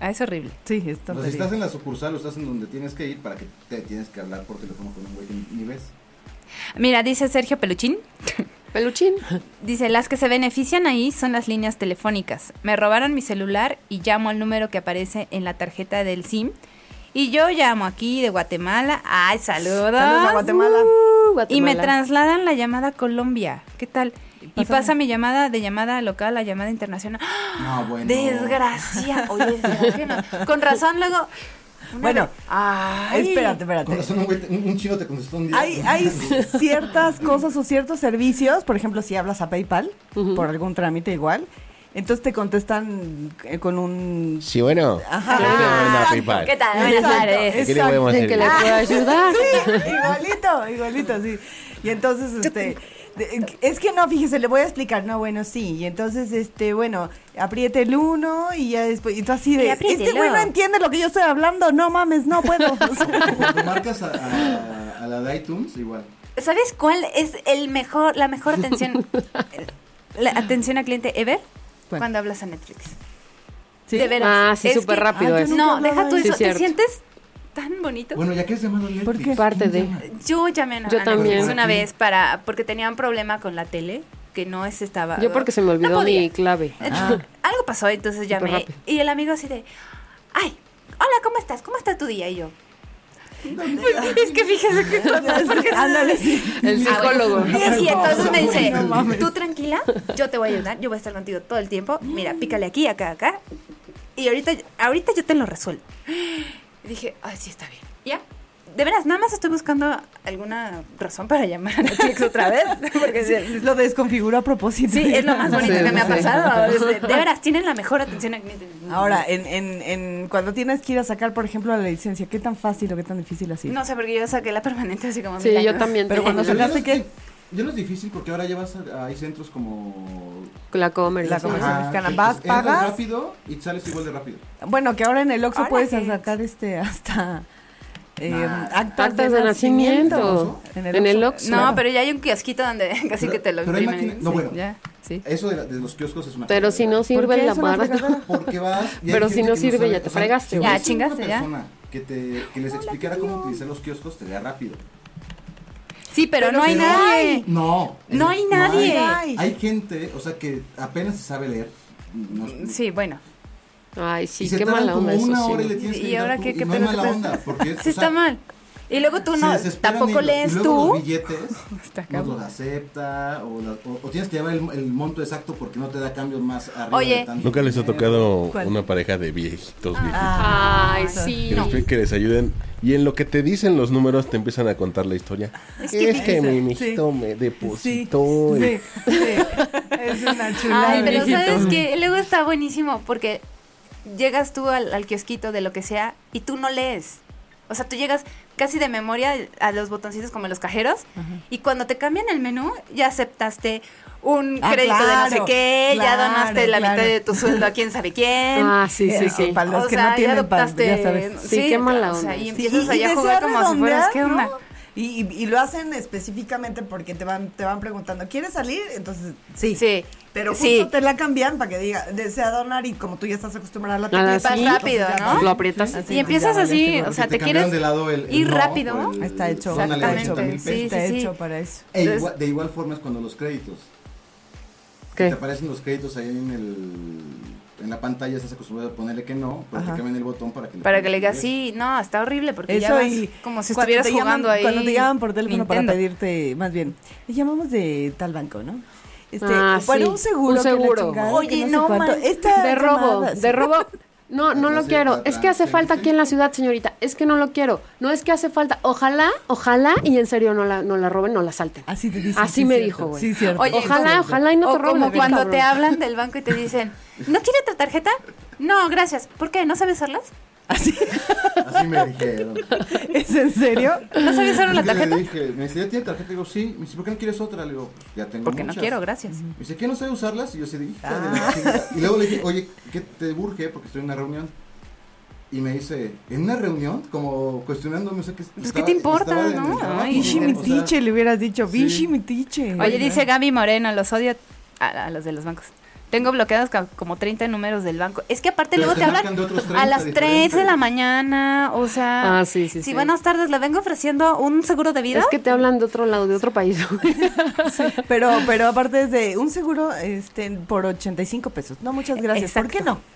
Speaker 5: ah, es horrible.
Speaker 4: Sí, está
Speaker 7: O sea, si estás en la sucursal o estás en donde tienes que ir, para que te tienes que hablar por teléfono con un güey que ni- ni ves.
Speaker 5: Mira, dice Sergio Peluchín.
Speaker 6: Peluchín.
Speaker 5: Dice, las que se benefician ahí son las líneas telefónicas. Me robaron mi celular y llamo al número que aparece en la tarjeta del SIM. Y yo llamo aquí de Guatemala. ¡Ay, saludos!
Speaker 4: Saludos a Guatemala.
Speaker 5: Uh,
Speaker 6: Guatemala.
Speaker 5: Y me trasladan la llamada a Colombia. ¿Qué tal? Y pasa mi llamada de llamada local a llamada internacional. ¡Ah!
Speaker 7: No, bueno.
Speaker 4: (laughs)
Speaker 5: Desgracia. Oye, ¿verdad que no? Con razón luego... una
Speaker 4: Bueno,
Speaker 5: vez- ¡Ay!
Speaker 4: Espérate,
Speaker 7: Con
Speaker 4: espérate.
Speaker 7: razón, un, güey te- un- un chino te contestó un día.
Speaker 4: Hay, hay
Speaker 7: (laughs)
Speaker 4: ciertas cosas o ciertos servicios, por ejemplo, si hablas a PayPal por algún trámite igual, entonces te contestan eh, con un
Speaker 9: Sí, bueno.
Speaker 4: Ajá. Ah,
Speaker 9: ¿qué le puedo dar a PayPal?
Speaker 5: Ah. ¿Qué tal? Buenas
Speaker 4: Exacto,
Speaker 5: tardes.
Speaker 9: ¿Qué le podemos
Speaker 6: ¿En
Speaker 9: hacer?
Speaker 6: que le pueda (laughs) ayudar?
Speaker 4: Ah. Sí, igualito, igualito, sí. Y entonces, este, de- es que no, fíjese, le voy a explicar, no, bueno, sí. Y entonces, este, bueno, apriete el uno y ya después, y tú así
Speaker 5: Y
Speaker 4: de,
Speaker 5: apriételo.
Speaker 4: este güey no entiende lo que yo estoy hablando, no mames, no puedo.
Speaker 5: (laughs)
Speaker 4: O sea,
Speaker 7: Cuando marcas a, a- a la de iTunes, igual.
Speaker 5: ¿Sabes cuál es el mejor, la mejor
Speaker 6: (laughs)
Speaker 5: atención? la atención a cliente ever
Speaker 4: ¿Cuál?
Speaker 5: cuando hablas a Netflix.
Speaker 4: ¿Sí?
Speaker 5: De veras.
Speaker 6: Ah, sí,
Speaker 5: Es
Speaker 6: súper
Speaker 5: que-
Speaker 6: rápido
Speaker 4: Ah, yo
Speaker 6: es.
Speaker 4: nunca
Speaker 5: No, deja tú
Speaker 6: Sí,
Speaker 5: eso. ¿Te
Speaker 6: cierto.
Speaker 5: sientes tan bonito?
Speaker 7: Bueno, ya que es llamado Netflix.
Speaker 4: ¿Por qué?
Speaker 5: (laughs)
Speaker 6: Parte de.
Speaker 5: Yo llamé a
Speaker 6: Yo
Speaker 5: a
Speaker 6: también.
Speaker 5: Netflix una vez para porque tenía un problema con la tele que no es estaba.
Speaker 6: Yo porque se me olvidó
Speaker 5: podía. (laughs)
Speaker 6: mi clave.
Speaker 5: Entonces, Algo pasó, entonces llamé.
Speaker 6: rápido.
Speaker 5: Y el amigo así de, ay, hola, ¿cómo estás? ¿Cómo está tu día?
Speaker 4: (laughs)
Speaker 5: Y yo, (laughs) "Pues, es que fíjese que
Speaker 4: (laughs) Ándale, sí.
Speaker 6: El
Speaker 5: Ah, bueno.
Speaker 6: psicólogo.
Speaker 5: Y así, entonces me dice,
Speaker 4: No mames.
Speaker 5: tú tranquila, yo te voy a ayudar, yo voy a estar contigo todo el tiempo. Mira, pícale aquí, acá, acá. Y ahorita, ahorita yo te lo resuelvo. Y dije, ay, sí, está bien. Ya. De veras, nada más estoy buscando alguna razón para llamar a Chix
Speaker 4: (laughs)
Speaker 5: otra vez. Porque sí,
Speaker 4: Lo desconfiguró a propósito.
Speaker 5: sí, es lo más bonito
Speaker 6: Sí,
Speaker 5: que me ha
Speaker 6: sí.
Speaker 5: pasado. Es De, de veras, tienen la mejor atención. al cliente.
Speaker 4: Ahora, en, en, en, cuando tienes que ir a sacar, por ejemplo, la licencia, ¿qué tan fácil o qué tan difícil así?
Speaker 5: No sé, porque yo saqué la permanente así como.
Speaker 6: Sí,
Speaker 5: mil
Speaker 6: yo
Speaker 5: años.
Speaker 6: también.
Speaker 4: Pero cuando
Speaker 6: tengo
Speaker 4: se- ¿Sacaste qué?
Speaker 7: Yo no es difícil porque ahora ya vas a, hay centros como...
Speaker 6: La comer.
Speaker 4: La Comer. Como
Speaker 7: Ajá,
Speaker 4: mexicana,
Speaker 7: que
Speaker 4: vas,
Speaker 7: pues, entras
Speaker 4: pagas.
Speaker 7: rápido y sales igual de rápido.
Speaker 4: Bueno, que ahora en el Oxxo
Speaker 5: Ahora
Speaker 4: puedes
Speaker 5: que-
Speaker 4: sacar este hasta eh,
Speaker 7: Ah,
Speaker 4: actas,
Speaker 6: Actas de nacimiento. En el Oxxo.
Speaker 5: No, pero ya hay un kiosquito donde (laughs) casi que te lo
Speaker 7: Pero hay
Speaker 5: imprimen.
Speaker 7: máquina- no,
Speaker 5: Sí,
Speaker 7: bueno.
Speaker 5: ya, sí.
Speaker 7: Eso de, la- de los kioscos es una...
Speaker 6: Pero si no
Speaker 4: ¿Por
Speaker 6: sirve
Speaker 4: qué
Speaker 6: la
Speaker 4: es una
Speaker 6: barra.
Speaker 4: fregadera?
Speaker 7: Porque
Speaker 6: (laughs)
Speaker 7: vas... y hay
Speaker 6: Pero
Speaker 7: gente
Speaker 6: si no
Speaker 7: que
Speaker 6: sirve,
Speaker 7: sabe-
Speaker 6: ya te
Speaker 7: o sea,
Speaker 6: fregaste.
Speaker 7: si
Speaker 5: Ya,
Speaker 7: hubiese una
Speaker 5: chingaste, ya.
Speaker 7: persona Que, te, que les explicara cómo utilizar los kioscos, te da rápido.
Speaker 5: Sí, pero, no hay
Speaker 7: Pero-
Speaker 5: nadie.
Speaker 7: No.
Speaker 5: No hay nadie.
Speaker 7: hay. Hay gente, o sea, que apenas sabe leer. No-
Speaker 5: Sí, bueno.
Speaker 6: Ay,
Speaker 7: y
Speaker 6: sí,
Speaker 7: se
Speaker 6: qué
Speaker 7: tardan
Speaker 6: mala
Speaker 7: como
Speaker 6: onda eso.
Speaker 7: una hora y le
Speaker 6: sí.
Speaker 7: tienes que
Speaker 5: Y
Speaker 7: ayudar
Speaker 5: ahora
Speaker 7: tú,
Speaker 5: qué-
Speaker 7: y
Speaker 5: qué
Speaker 7: no
Speaker 5: pedo,
Speaker 7: es
Speaker 5: qué
Speaker 7: mala
Speaker 5: pedo.
Speaker 7: onda, porque es,
Speaker 5: Sí
Speaker 7: o sea,
Speaker 5: está mal. Y luego tú
Speaker 7: se
Speaker 5: no,
Speaker 7: desesperan
Speaker 5: tampoco
Speaker 7: y- y
Speaker 5: lees
Speaker 7: luego
Speaker 5: tú.
Speaker 7: Los billetes
Speaker 5: (laughs) Está
Speaker 7: no
Speaker 5: cabrón.
Speaker 7: los acepta o, la- o- o tienes que llevar el, el monto exacto porque no te da cambio más arriba.
Speaker 5: Oye.
Speaker 7: de tanto E
Speaker 9: Nunca les ha
Speaker 7: dinero.
Speaker 9: tocado
Speaker 4: ¿Cuál? Ah,
Speaker 9: una pareja de viejitos, viejitos.
Speaker 6: Ay,
Speaker 9: Que,
Speaker 6: sí.
Speaker 9: les,
Speaker 6: no.
Speaker 9: piden que les ayuden. Y en lo que te dicen los números, te empiezan a contar la historia. Es que, mi mijito me
Speaker 4: Sí,
Speaker 9: depositó.
Speaker 4: sí,
Speaker 9: el-
Speaker 4: sí. es una chulada.
Speaker 5: Ay, pero
Speaker 6: mijito.
Speaker 5: ¿sabes qué? Luego está buenísimo porque llegas tú al, al kiosquito de lo que sea y tú no lees. O sea, tú llegas casi de memoria a los botoncitos como los cajeros y cuando te cambian el menú ya aceptaste un
Speaker 4: Ah,
Speaker 5: crédito de no
Speaker 4: claro,
Speaker 5: sé qué, ya
Speaker 4: claro,
Speaker 5: donaste la mitad
Speaker 4: claro.
Speaker 5: de tu sueldo a quién sabe quién.
Speaker 6: Ah, sí, sí, sí.
Speaker 4: Para los
Speaker 5: O
Speaker 4: que
Speaker 5: sea,
Speaker 4: no
Speaker 5: ya
Speaker 4: tienen, pa-
Speaker 5: adoptaste-
Speaker 4: ya sabes.
Speaker 6: Sí, qué mala
Speaker 5: o sea,
Speaker 6: onda.
Speaker 5: y
Speaker 6: Sí,
Speaker 5: empiezas
Speaker 4: Sí,
Speaker 5: allá a
Speaker 4: deseas
Speaker 5: jugar como si fueras,
Speaker 4: redondear,
Speaker 5: ¿qué
Speaker 4: ¿no?
Speaker 5: onda?
Speaker 4: Y, y- y lo hacen específicamente porque te van, te van preguntando, ¿quieres salir? Entonces, sí.
Speaker 5: Sí.
Speaker 4: Pero justo
Speaker 5: Sí.
Speaker 4: te la cambian para que diga, desea donar y como tú ya estás acostumbrada a la pues,
Speaker 6: Nada,
Speaker 4: tarjeta,
Speaker 6: sí.
Speaker 4: entonces
Speaker 5: Rápido,
Speaker 4: ya
Speaker 5: ¿no?
Speaker 4: vas.
Speaker 6: Lo aprietas.
Speaker 4: Así. pues,
Speaker 5: Y empiezas
Speaker 4: Ya valiste,
Speaker 5: así,
Speaker 4: gordo.
Speaker 5: o sea,
Speaker 7: Porque
Speaker 5: te
Speaker 7: cambiaron
Speaker 5: quieres
Speaker 7: de lado el, el
Speaker 5: ir
Speaker 7: no
Speaker 5: rápido,
Speaker 7: o
Speaker 5: ¿no?
Speaker 7: el-
Speaker 4: Está hecho,
Speaker 7: dónale
Speaker 4: está
Speaker 5: Exactamente,
Speaker 4: hecho,
Speaker 7: 80,000
Speaker 5: sí,
Speaker 7: pesos.
Speaker 4: está hecho para eso.
Speaker 7: E
Speaker 5: Entonces-
Speaker 7: igual- de igual forma es cuando los créditos.
Speaker 6: ¿Qué?
Speaker 7: Te aparecen los créditos ahí en el en la pantalla, estás acostumbrado a ponerle que no, pero
Speaker 4: Ajá.
Speaker 7: te cambian el botón para que
Speaker 5: Para que le digas,
Speaker 7: pongas
Speaker 5: sí, no, está horrible porque ya
Speaker 4: Eso
Speaker 5: vas
Speaker 4: y
Speaker 5: como si
Speaker 4: cuando
Speaker 5: estuvieras
Speaker 4: te llaman-
Speaker 5: jugando ahí.
Speaker 4: Cuando te llaman por teléfono para
Speaker 5: Nintendo.
Speaker 4: pedirte, más bien, le llamamos de tal banco, ¿no? Este,
Speaker 6: Ah,
Speaker 4: para
Speaker 6: sí,
Speaker 4: un seguro.
Speaker 6: un
Speaker 4: que la
Speaker 6: seguro.
Speaker 4: chingada,
Speaker 5: Oye,
Speaker 4: que
Speaker 5: no
Speaker 4: cuánto.
Speaker 5: manches.
Speaker 4: Esta
Speaker 6: De robo,
Speaker 4: llamada,
Speaker 6: de
Speaker 4: sí.
Speaker 6: robo. No, no lo
Speaker 7: Sí,
Speaker 6: quiero.
Speaker 7: para
Speaker 6: Es que hace
Speaker 7: atrás,
Speaker 6: falta
Speaker 7: sí.
Speaker 6: aquí en la ciudad, señorita. Es que no lo quiero. No es que hace falta. Ojalá, ojalá y en serio no la, no la roben, no la salten.
Speaker 4: Así te dicen,
Speaker 6: Así
Speaker 4: Ah, sí,
Speaker 6: me
Speaker 4: cierto,
Speaker 6: dijo, güey.
Speaker 4: Sí, cierto.
Speaker 5: Oye,
Speaker 6: ojalá, ojalá y no te
Speaker 5: o
Speaker 6: roben.
Speaker 5: como
Speaker 6: bien
Speaker 5: cuando
Speaker 6: cabrón.
Speaker 5: te hablan del banco y te dicen, ¿no quiere tu tarjeta? No, gracias. ¿Por qué? ¿No sabes usarlas?
Speaker 4: Así, (laughs)
Speaker 7: Así
Speaker 5: (laughs)
Speaker 7: me dijeron.
Speaker 4: ¿Es en serio?
Speaker 5: ¿No sabes usar
Speaker 7: Yo
Speaker 5: una
Speaker 7: le
Speaker 5: tarjeta?
Speaker 7: dije, me dice, ¿ya tiene tarjeta? Le digo, sí. Me dice, ¿por qué no quieres otra? Le digo, "Pues, ya tengo
Speaker 5: Porque no
Speaker 7: muchas".
Speaker 5: quiero, gracias.
Speaker 7: Me dice, ¿qué no sabe usarlas? Y yo sí dije,
Speaker 5: Ah.
Speaker 7: Y luego le dije, oye, ¿qué te urge? Porque estoy en una reunión. Y me dice, ¿en una reunión? Como cuestionándome, o sea, que
Speaker 5: Pues, ¿qué te importa,
Speaker 7: estaba en
Speaker 5: no?
Speaker 7: el trabajo,
Speaker 5: Ay,
Speaker 4: Vichy
Speaker 5: Vichy
Speaker 7: ¿no?
Speaker 4: mi
Speaker 7: O sea,
Speaker 4: tiche, le hubieras dicho.
Speaker 7: sí.
Speaker 4: Vichy mi tiche.
Speaker 5: Oye, dice Gaby Moreno, los odio a, a los de los bancos. Tengo bloqueados ca- como 30 números del banco. Es que aparte
Speaker 7: Pero
Speaker 5: luego
Speaker 7: te
Speaker 5: te hablan
Speaker 7: marcan de otros
Speaker 5: a
Speaker 7: 30
Speaker 5: las 3 de la
Speaker 7: diferentes.
Speaker 5: mañana, o sea...
Speaker 6: Ah, sí, sí, sí.
Speaker 5: buenas tardes, le vengo ofreciendo un seguro de vida.
Speaker 6: Es que te hablan de otro lado, de
Speaker 4: (laughs)
Speaker 6: otro país. güey.
Speaker 4: Pero, pero aparte es de un seguro este, por 85 pesos. No, muchas gracias. ¿Por qué
Speaker 5: Exacto.
Speaker 4: no?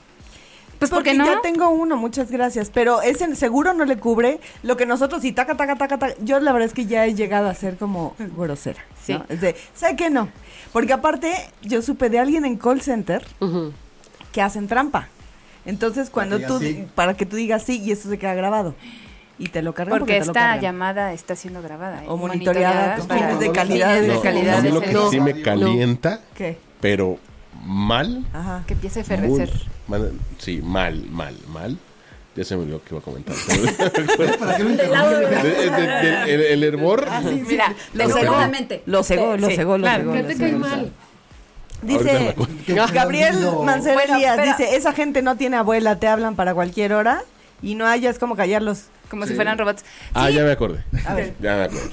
Speaker 5: pues porque, no...
Speaker 4: ya tengo uno, muchas gracias. Pero ese seguro no le cubre lo que nosotros y taca, taca, taca, taca. Yo la verdad es que ya he llegado a ser como grosera.
Speaker 5: Sí.
Speaker 4: ¿no? Es de, sé que no. Porque aparte, yo supe de alguien en call center
Speaker 6: Ujú.
Speaker 4: que hacen trampa. Entonces, cuando
Speaker 7: digas
Speaker 4: tú,
Speaker 7: sí.
Speaker 4: para que tú digas sí, y eso se queda grabado. Y te lo cargan
Speaker 5: Porque
Speaker 4: te lo
Speaker 5: esta
Speaker 4: cargan.
Speaker 5: llamada está siendo grabada. ¿eh?
Speaker 4: O monitoreada, con
Speaker 5: para-
Speaker 4: fines de calidad,
Speaker 5: fines
Speaker 4: de
Speaker 9: No,
Speaker 5: de calidad.
Speaker 9: a mí
Speaker 5: de
Speaker 9: lo que
Speaker 5: servicio.
Speaker 9: sí me calienta,
Speaker 4: ¿Qué?
Speaker 9: pero mal.
Speaker 4: Ajá.
Speaker 5: Que empiece a
Speaker 9: muy-
Speaker 5: efervecer.
Speaker 9: mal- sí, mal, mal, mal. Ya se me olvidó que iba a
Speaker 4: (laughs)
Speaker 9: comentar. pero-
Speaker 7: ¿Para qué me
Speaker 9: de-
Speaker 7: interrumpes?
Speaker 9: de- de- el, el hervor.
Speaker 4: Ah,
Speaker 5: Mira,
Speaker 4: lo
Speaker 9: seguro.
Speaker 5: seguramente.
Speaker 4: Lo cegó, lo
Speaker 5: Sí,
Speaker 4: cegó, lo
Speaker 5: claro.
Speaker 4: cegó.
Speaker 6: ¿Qué
Speaker 4: lo
Speaker 6: te
Speaker 4: cegó.
Speaker 6: cae mal?
Speaker 9: Ahorita me
Speaker 4: Dice
Speaker 9: acuerdo.
Speaker 7: Qué
Speaker 4: Gabriel
Speaker 7: lindo.
Speaker 4: Mancera
Speaker 5: Bueno,
Speaker 4: Díaz
Speaker 5: pero-
Speaker 4: dice, esa gente no tiene abuela, te hablan para cualquier hora y no hayas como callarlos.
Speaker 5: Como
Speaker 7: Sí.
Speaker 5: si fueran robots.
Speaker 9: Ah,
Speaker 5: Sí,
Speaker 9: ya me acordé. Ya me acordé.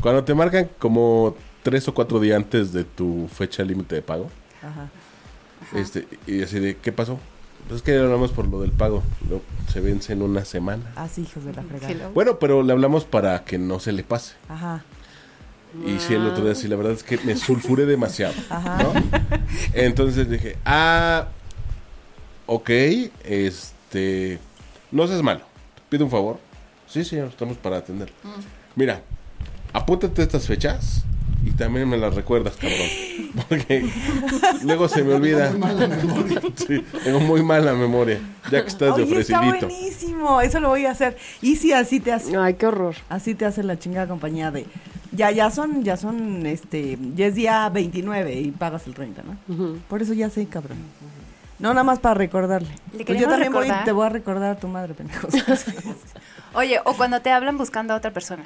Speaker 9: Cuando te marcan como tres o cuatro días antes de tu fecha límite de pago,
Speaker 4: Ajá.
Speaker 9: este, y así de, ¿qué pasó? Pues es que hablamos por lo del pago. Lo- se vence en una semana.
Speaker 4: Así, hijos Ah, de la fregada.
Speaker 5: que lo-
Speaker 9: Bueno, pero le hablamos para que no se le pase.
Speaker 4: Ajá.
Speaker 9: Y sí, el otro
Speaker 4: Ah.
Speaker 9: día sí, la verdad es que me sulfuré
Speaker 4: (laughs)
Speaker 9: demasiado. ¿no? Entonces dije, ah, ok, este, no seas malo, pide un favor. Sí, señor, estamos para atender.
Speaker 4: Mm.
Speaker 9: Mira, apúntate estas fechas y también me las recuerdas,
Speaker 4: (laughs)
Speaker 9: cabrón. Porque luego se me olvida.
Speaker 7: Muy mala memoria.
Speaker 9: Sí, tengo muy mala memoria, ya que estás de
Speaker 4: Oye, está
Speaker 9: ofrecidito.
Speaker 4: buenísimo. Eso lo voy a hacer. Y si así te hace,
Speaker 6: Ay, qué horror.
Speaker 4: así te hace la chingada compañía de. Ya, ya son, ya son, este, ya es día 29 y pagas el 30, ¿no? Por eso ya sé, cabrón. No, nada más para recordarle.
Speaker 5: Le
Speaker 4: Pues yo
Speaker 5: queremos
Speaker 4: también voy-
Speaker 5: recordar.
Speaker 4: te voy a recordar a tu madre,
Speaker 5: (laughs)
Speaker 4: pendejo.
Speaker 5: Oye, o cuando te hablan buscando a otra persona.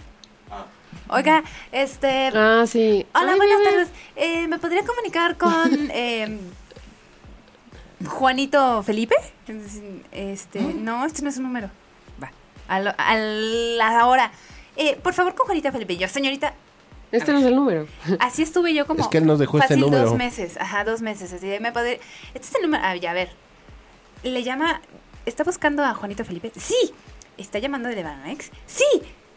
Speaker 9: Ah.
Speaker 5: Oiga, este.
Speaker 6: Ah, sí.
Speaker 5: Hola,
Speaker 6: Ay,
Speaker 5: buenas
Speaker 6: mira.
Speaker 5: tardes. Eh, ¿Me podría comunicar
Speaker 6: (laughs)
Speaker 5: con eh, Juanito Felipe? Este,
Speaker 6: ¿Ah?
Speaker 5: no, este no es un número. Va. A, lo- a la hora. Eh, por favor, con Juanita Felipe. Yo, señorita,
Speaker 6: Este no es el número.
Speaker 5: así estuve yo
Speaker 6: (laughs)
Speaker 5: como.
Speaker 9: Es que él nos dejó este
Speaker 5: fácil
Speaker 9: número.
Speaker 5: dos meses. Ajá, dos meses. Así de, me podré- Este es el número. Ah, ya, a ver. Le llama. ¿Está buscando a Juanito Felipe? Sí. ¿Está llamando de Banamex? Sí.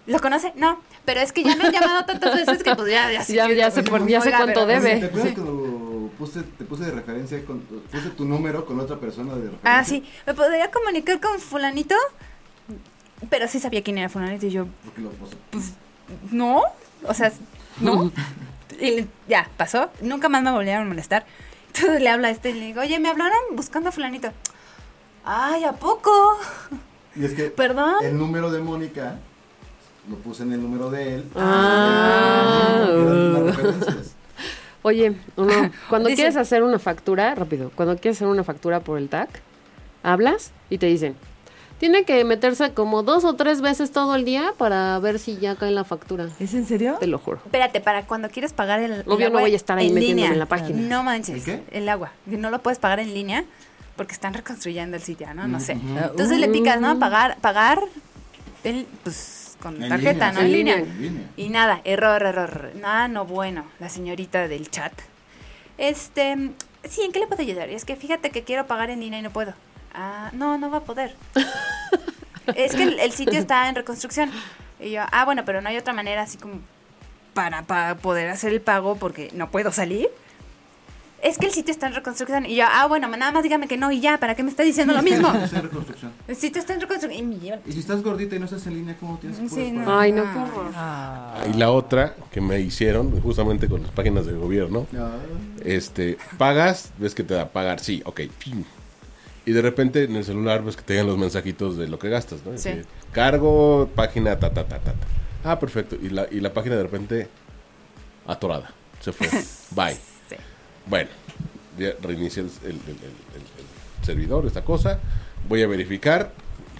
Speaker 5: ¿Lo conoce? No. Pero es que ya me han llamado tantas veces que pues ya, ya,
Speaker 6: (laughs)
Speaker 5: sé
Speaker 6: Ya-
Speaker 5: que-
Speaker 6: ya sé por- ya sé
Speaker 5: Oiga,
Speaker 6: cuánto
Speaker 5: pero-
Speaker 6: debe.
Speaker 7: ¿Te acuerdas cuando puse, te puse de referencia, con, puse tu número con otra persona de referencia?
Speaker 5: Ah, sí. ¿Me podría comunicar con fulanito? Pero sí sabía quién era fulanito y yo,
Speaker 7: Porque lo puse.
Speaker 5: no. O sea,
Speaker 6: (laughs)
Speaker 5: no. Y ya, pasó. Nunca más me volvieron a molestar. Entonces le habla a este y le digo, oye, me hablaron buscando a fulanito. Ay, ¿a poco?
Speaker 7: Y es que
Speaker 5: ¿Perdón?
Speaker 7: el número de Mónica lo puse en el número de él.
Speaker 6: Ah.
Speaker 7: Y eran
Speaker 5: Uh.
Speaker 7: las referencias.
Speaker 6: Oye, uno, cuando
Speaker 5: Dice-
Speaker 6: quieres hacer una factura, rápido, cuando quieres hacer una factura por el TAC, hablas y te dicen, tiene que meterse como dos o tres veces todo el día para ver si ya cae la factura.
Speaker 4: ¿Es en serio?
Speaker 6: Te lo juro.
Speaker 5: Espérate, para cuando quieres pagar el, el
Speaker 6: Obvio no
Speaker 5: agua
Speaker 6: voy a estar ahí
Speaker 5: en
Speaker 6: metiéndome
Speaker 5: línea.
Speaker 6: en la página.
Speaker 5: No manches,
Speaker 7: ¿El
Speaker 5: ¿El,
Speaker 7: qué?
Speaker 5: agua. No lo puedes pagar en línea porque están reconstruyendo el sitio, ¿no? No sé. Entonces le picas, ¿no? Pagar, pagar, el, pues con
Speaker 7: En
Speaker 5: tarjeta, ¿no?
Speaker 7: línea, sí.
Speaker 5: En línea.
Speaker 7: En línea.
Speaker 5: Y nada, error, error. Ah, no, bueno, la señorita del chat. Este, sí, ¿en qué le puedo ayudar? Es que fíjate que quiero pagar en línea y no puedo. Ah, no, no va a poder. es que el, el sitio está en reconstrucción. Y yo, ah, bueno, pero no hay otra manera así como para, para poder hacer el pago porque no puedo salir. Es que el sitio está en reconstrucción. Y yo, ah, bueno, nada más dígame que no y ya, ¿para qué me está diciendo lo mismo?
Speaker 7: Es en reconstrucción.
Speaker 5: El sitio está en reconstrucción. Y me lleva-
Speaker 7: Y si estás gordita y no estás en línea, ¿cómo tienes que
Speaker 5: Sí,
Speaker 7: poder
Speaker 5: no.
Speaker 7: pagar?
Speaker 6: Ay, no, qué horror.
Speaker 9: Y la otra que me hicieron, justamente con las páginas del gobierno,
Speaker 7: Ah,
Speaker 9: este, pagas, ves que te da pagar, sí, ok. pim. Y de repente en el celular ves que te llegan los mensajitos de lo que gastas, ¿no?
Speaker 5: Sí.
Speaker 9: Así, Cargo, página, ta, ta, ta, ta, ta. Ah, perfecto. Y la, y la página de repente atorada. Se
Speaker 5: (laughs)
Speaker 9: fue. Bye.
Speaker 5: Sí.
Speaker 9: Bueno, ya reinicié el, el- el- el- el- el servidor, esta cosa. Voy a verificar.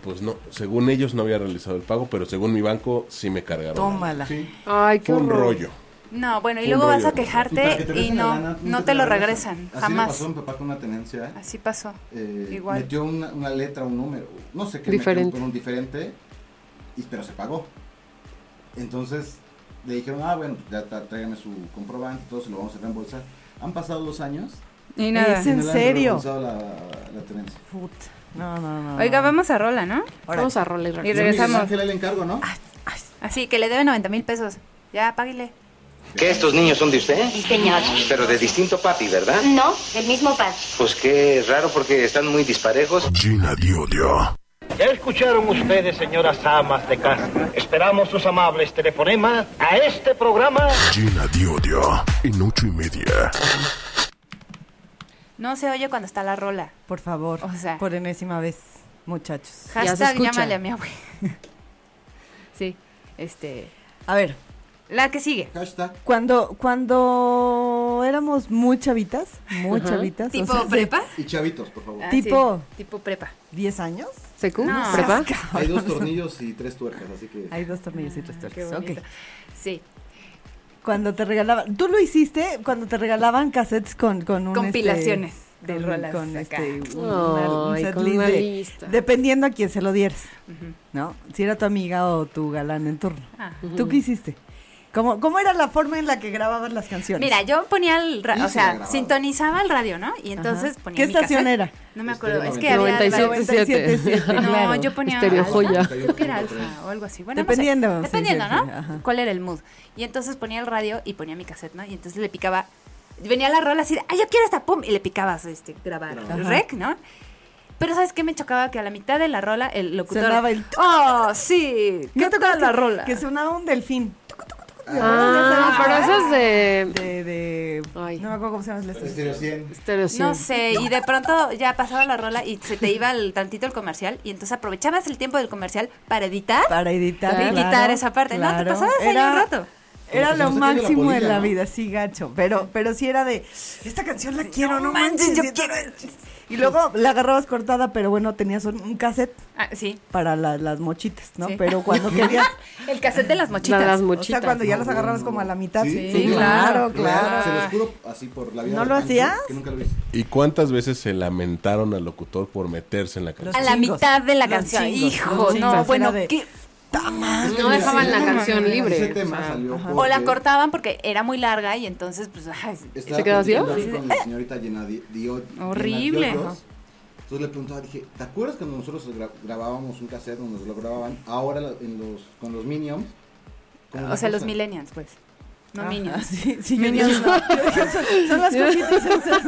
Speaker 9: Pues no, según ellos no había realizado el pago, pero según mi banco sí me cargaron.
Speaker 4: Tómala.
Speaker 7: sí.
Speaker 6: Ay, qué
Speaker 9: Fue un
Speaker 6: horror.
Speaker 9: rollo.
Speaker 5: No, bueno, y
Speaker 9: Fue un
Speaker 5: luego vas
Speaker 9: rollo,
Speaker 5: a
Speaker 9: ¿no?
Speaker 7: para que
Speaker 5: quejarte
Speaker 7: te
Speaker 5: y
Speaker 7: regresen la
Speaker 5: no,
Speaker 7: lana,
Speaker 5: no te lo regresan,
Speaker 7: Así le
Speaker 5: jamás.
Speaker 7: pasó a mi papá con una tenencia.
Speaker 5: Así pasó.
Speaker 7: eh,
Speaker 5: Igual.
Speaker 7: Metió una, una letra, un número, no sé qué.
Speaker 6: Diferente.
Speaker 7: Metió con un diferente, y, pero se pagó. Entonces le dijeron, ah, bueno, ya tra- tráigame su comprobante, todo se lo vamos a reembolsar. Han pasado dos años.
Speaker 5: Y nada.
Speaker 4: Ese- ¿En
Speaker 7: y no le han
Speaker 4: serio?
Speaker 7: reembolsado la, la tenencia.
Speaker 4: Puta. No, no, no.
Speaker 5: Oiga,
Speaker 4: no.
Speaker 5: vamos a rola, ¿no?
Speaker 4: Órale.
Speaker 6: Vamos a rolar
Speaker 5: Y regresamos.
Speaker 7: Miguel Ángel, ahí le encargo, ¿no?
Speaker 5: Así que le debe 90 mil pesos. Ya, páguile.
Speaker 10: ¿Que estos niños son de usted?
Speaker 11: Sí, señor.
Speaker 10: Pero de distinto papi, ¿verdad?
Speaker 11: No, el mismo padre.
Speaker 10: Pues qué raro porque están muy disparejos.
Speaker 1: Gina Diodio.
Speaker 8: Ya escucharon ustedes, señoras amas de casa. Esperamos sus amables telefonemas a este programa.
Speaker 1: Gina Diodio. En ocho y media.
Speaker 5: No se oye cuando está la rola.
Speaker 4: Por favor.
Speaker 5: O sea.
Speaker 4: Por enésima vez, muchachos.
Speaker 6: Ya se
Speaker 5: Hashtag
Speaker 6: escucha.
Speaker 5: llámale a mi abuela. sí, este.
Speaker 4: A ver,
Speaker 5: La que sigue.
Speaker 7: Hashtag.
Speaker 4: cuando, cuando éramos muy chavitas, muy chavitas. o
Speaker 5: ¿Tipo
Speaker 4: sea, de
Speaker 5: prepa?
Speaker 7: Y chavitos, por favor.
Speaker 5: Ah,
Speaker 4: Tipo-
Speaker 5: sí, tipo prepa.
Speaker 4: 10 años.
Speaker 6: ¿Secu?
Speaker 5: No.
Speaker 6: ¿Prepa?
Speaker 7: Hay dos tornillos y tres tuercas, así que.
Speaker 4: Hay dos tornillos y tres
Speaker 5: Ah, Qué
Speaker 4: tuercas.
Speaker 5: bonito.
Speaker 4: Ok.
Speaker 5: Sí,
Speaker 4: Cuando te regalaban, tú lo hiciste cuando te regalaban cassettes con, con un, este,
Speaker 5: Compilaciones de
Speaker 4: con-
Speaker 5: rolas
Speaker 4: Con
Speaker 5: acá.
Speaker 4: este, un,
Speaker 6: Ay,
Speaker 4: set
Speaker 6: con
Speaker 4: list
Speaker 6: una
Speaker 4: de-
Speaker 6: lista.
Speaker 4: Dependiendo a quién se lo dieras, ¿no? Si era tu amiga o tu galán en turno.
Speaker 5: Ah.
Speaker 4: ¿Tú qué hiciste? ¿Cómo, ¿Cómo era la forma en la que grababas las canciones?
Speaker 5: Mira, yo ponía el ra-
Speaker 7: Sí,
Speaker 5: o
Speaker 7: se
Speaker 5: sea,
Speaker 7: la grababa.
Speaker 5: sintonizaba el radio, ¿no? Y entonces ponía
Speaker 4: ¿Qué
Speaker 5: mi
Speaker 4: estación
Speaker 5: cassette.
Speaker 4: era?
Speaker 5: No me acuerdo,
Speaker 7: Estéreo
Speaker 5: es que había
Speaker 6: 97.
Speaker 4: 97.7,
Speaker 5: (laughs) No,
Speaker 4: claro.
Speaker 5: yo ponía
Speaker 6: Estéreo
Speaker 5: alfa,
Speaker 6: joya.
Speaker 5: creo que era alfa o algo así. Bueno, no sé.
Speaker 4: Dependiendo, sí,
Speaker 5: Dependiendo,
Speaker 4: sí,
Speaker 5: ¿no?
Speaker 4: sí, ajá.
Speaker 5: ¿Cuál era el mood? Y entonces ponía el radio y ponía mi cassette, ¿no? Y entonces le picaba venía la rola así, de, "Ay, yo quiero esta pum" y le picabas este grabar, el rec, ¿no? Pero sabes qué me chocaba que a la mitad de la rola el locutor
Speaker 4: Sonaba el
Speaker 5: Oh, sí. ¿Qué
Speaker 4: ¿No te
Speaker 5: tal
Speaker 4: acuerdas
Speaker 5: la
Speaker 4: que-
Speaker 5: rola?
Speaker 4: Que sonaba un delfín.
Speaker 6: Ah, pero eso es de
Speaker 4: De, de-
Speaker 6: Ay.
Speaker 4: No me acuerdo cómo se llama la estación.
Speaker 7: Estéreo 100.
Speaker 6: Stereo Cien.
Speaker 5: No sé, y de pronto ya pasaba la rola y se te iba el tantito el comercial y entonces aprovechabas el tiempo del comercial para editar
Speaker 4: Para editar.
Speaker 5: y
Speaker 4: claro,
Speaker 5: quitar esa parte. no, te
Speaker 4: claro.
Speaker 5: pasabas ahí un rato.
Speaker 4: Era
Speaker 7: Como
Speaker 4: lo
Speaker 7: que se nos salió la
Speaker 4: máximo de
Speaker 7: bolita,
Speaker 4: la
Speaker 7: ¿no?
Speaker 4: vida, sí, gacho. Pero, pero sí era de, esta canción la quiero, no manches, yo quiero. Y luego la agarrabas cortada, pero bueno, tenías un, un cassette
Speaker 5: Ah, sí.
Speaker 4: para la- las mochitas, ¿no?
Speaker 5: Sí.
Speaker 4: Pero cuando querías,
Speaker 5: El cassette de (laughs) las mochitas.
Speaker 6: Las
Speaker 4: o sea,
Speaker 6: mochitas.
Speaker 4: cuando ya
Speaker 7: No,
Speaker 4: las agarrabas
Speaker 7: bueno.
Speaker 4: como a la mitad.
Speaker 7: Sí,
Speaker 5: sí,
Speaker 4: claro,
Speaker 5: claro,
Speaker 4: claro.
Speaker 7: Se los juro así por la vida.
Speaker 4: ¿No
Speaker 7: de
Speaker 4: lo
Speaker 7: Pancho,
Speaker 4: hacías?
Speaker 7: Que nunca lo hice.
Speaker 9: ¿Y cuántas veces se lamentaron al locutor por meterse en la canción?
Speaker 5: a la
Speaker 4: chingos,
Speaker 5: mitad de la
Speaker 4: los
Speaker 5: canción.
Speaker 4: chingos, los
Speaker 5: Hijo,
Speaker 4: chingos. Era
Speaker 5: no, bueno,
Speaker 4: de-
Speaker 5: qué-
Speaker 4: ¡Tama!
Speaker 6: No dejaban la canción libre,
Speaker 7: Ese
Speaker 6: o
Speaker 7: tema
Speaker 6: sea,
Speaker 7: salió
Speaker 5: O la
Speaker 7: porque
Speaker 5: cortaban porque era muy larga y entonces, pues, ay,
Speaker 7: estaba
Speaker 6: ¿Se quedó así?
Speaker 7: platicando con la señorita llena de,
Speaker 5: Horrible. Ajá.
Speaker 7: Entonces le preguntaba, dije, ¿te acuerdas cuando nosotros gra- grabábamos un cassette donde nos lo grababan? Ahora la- en los, con los Minions. ¿cómo
Speaker 5: o
Speaker 7: la
Speaker 5: sea, los
Speaker 7: cosa?
Speaker 5: millennials, pues. No minions.
Speaker 4: Sí, sí, yo dije, no. Yo dije, son, son
Speaker 5: (laughs)
Speaker 4: las cojitas esas.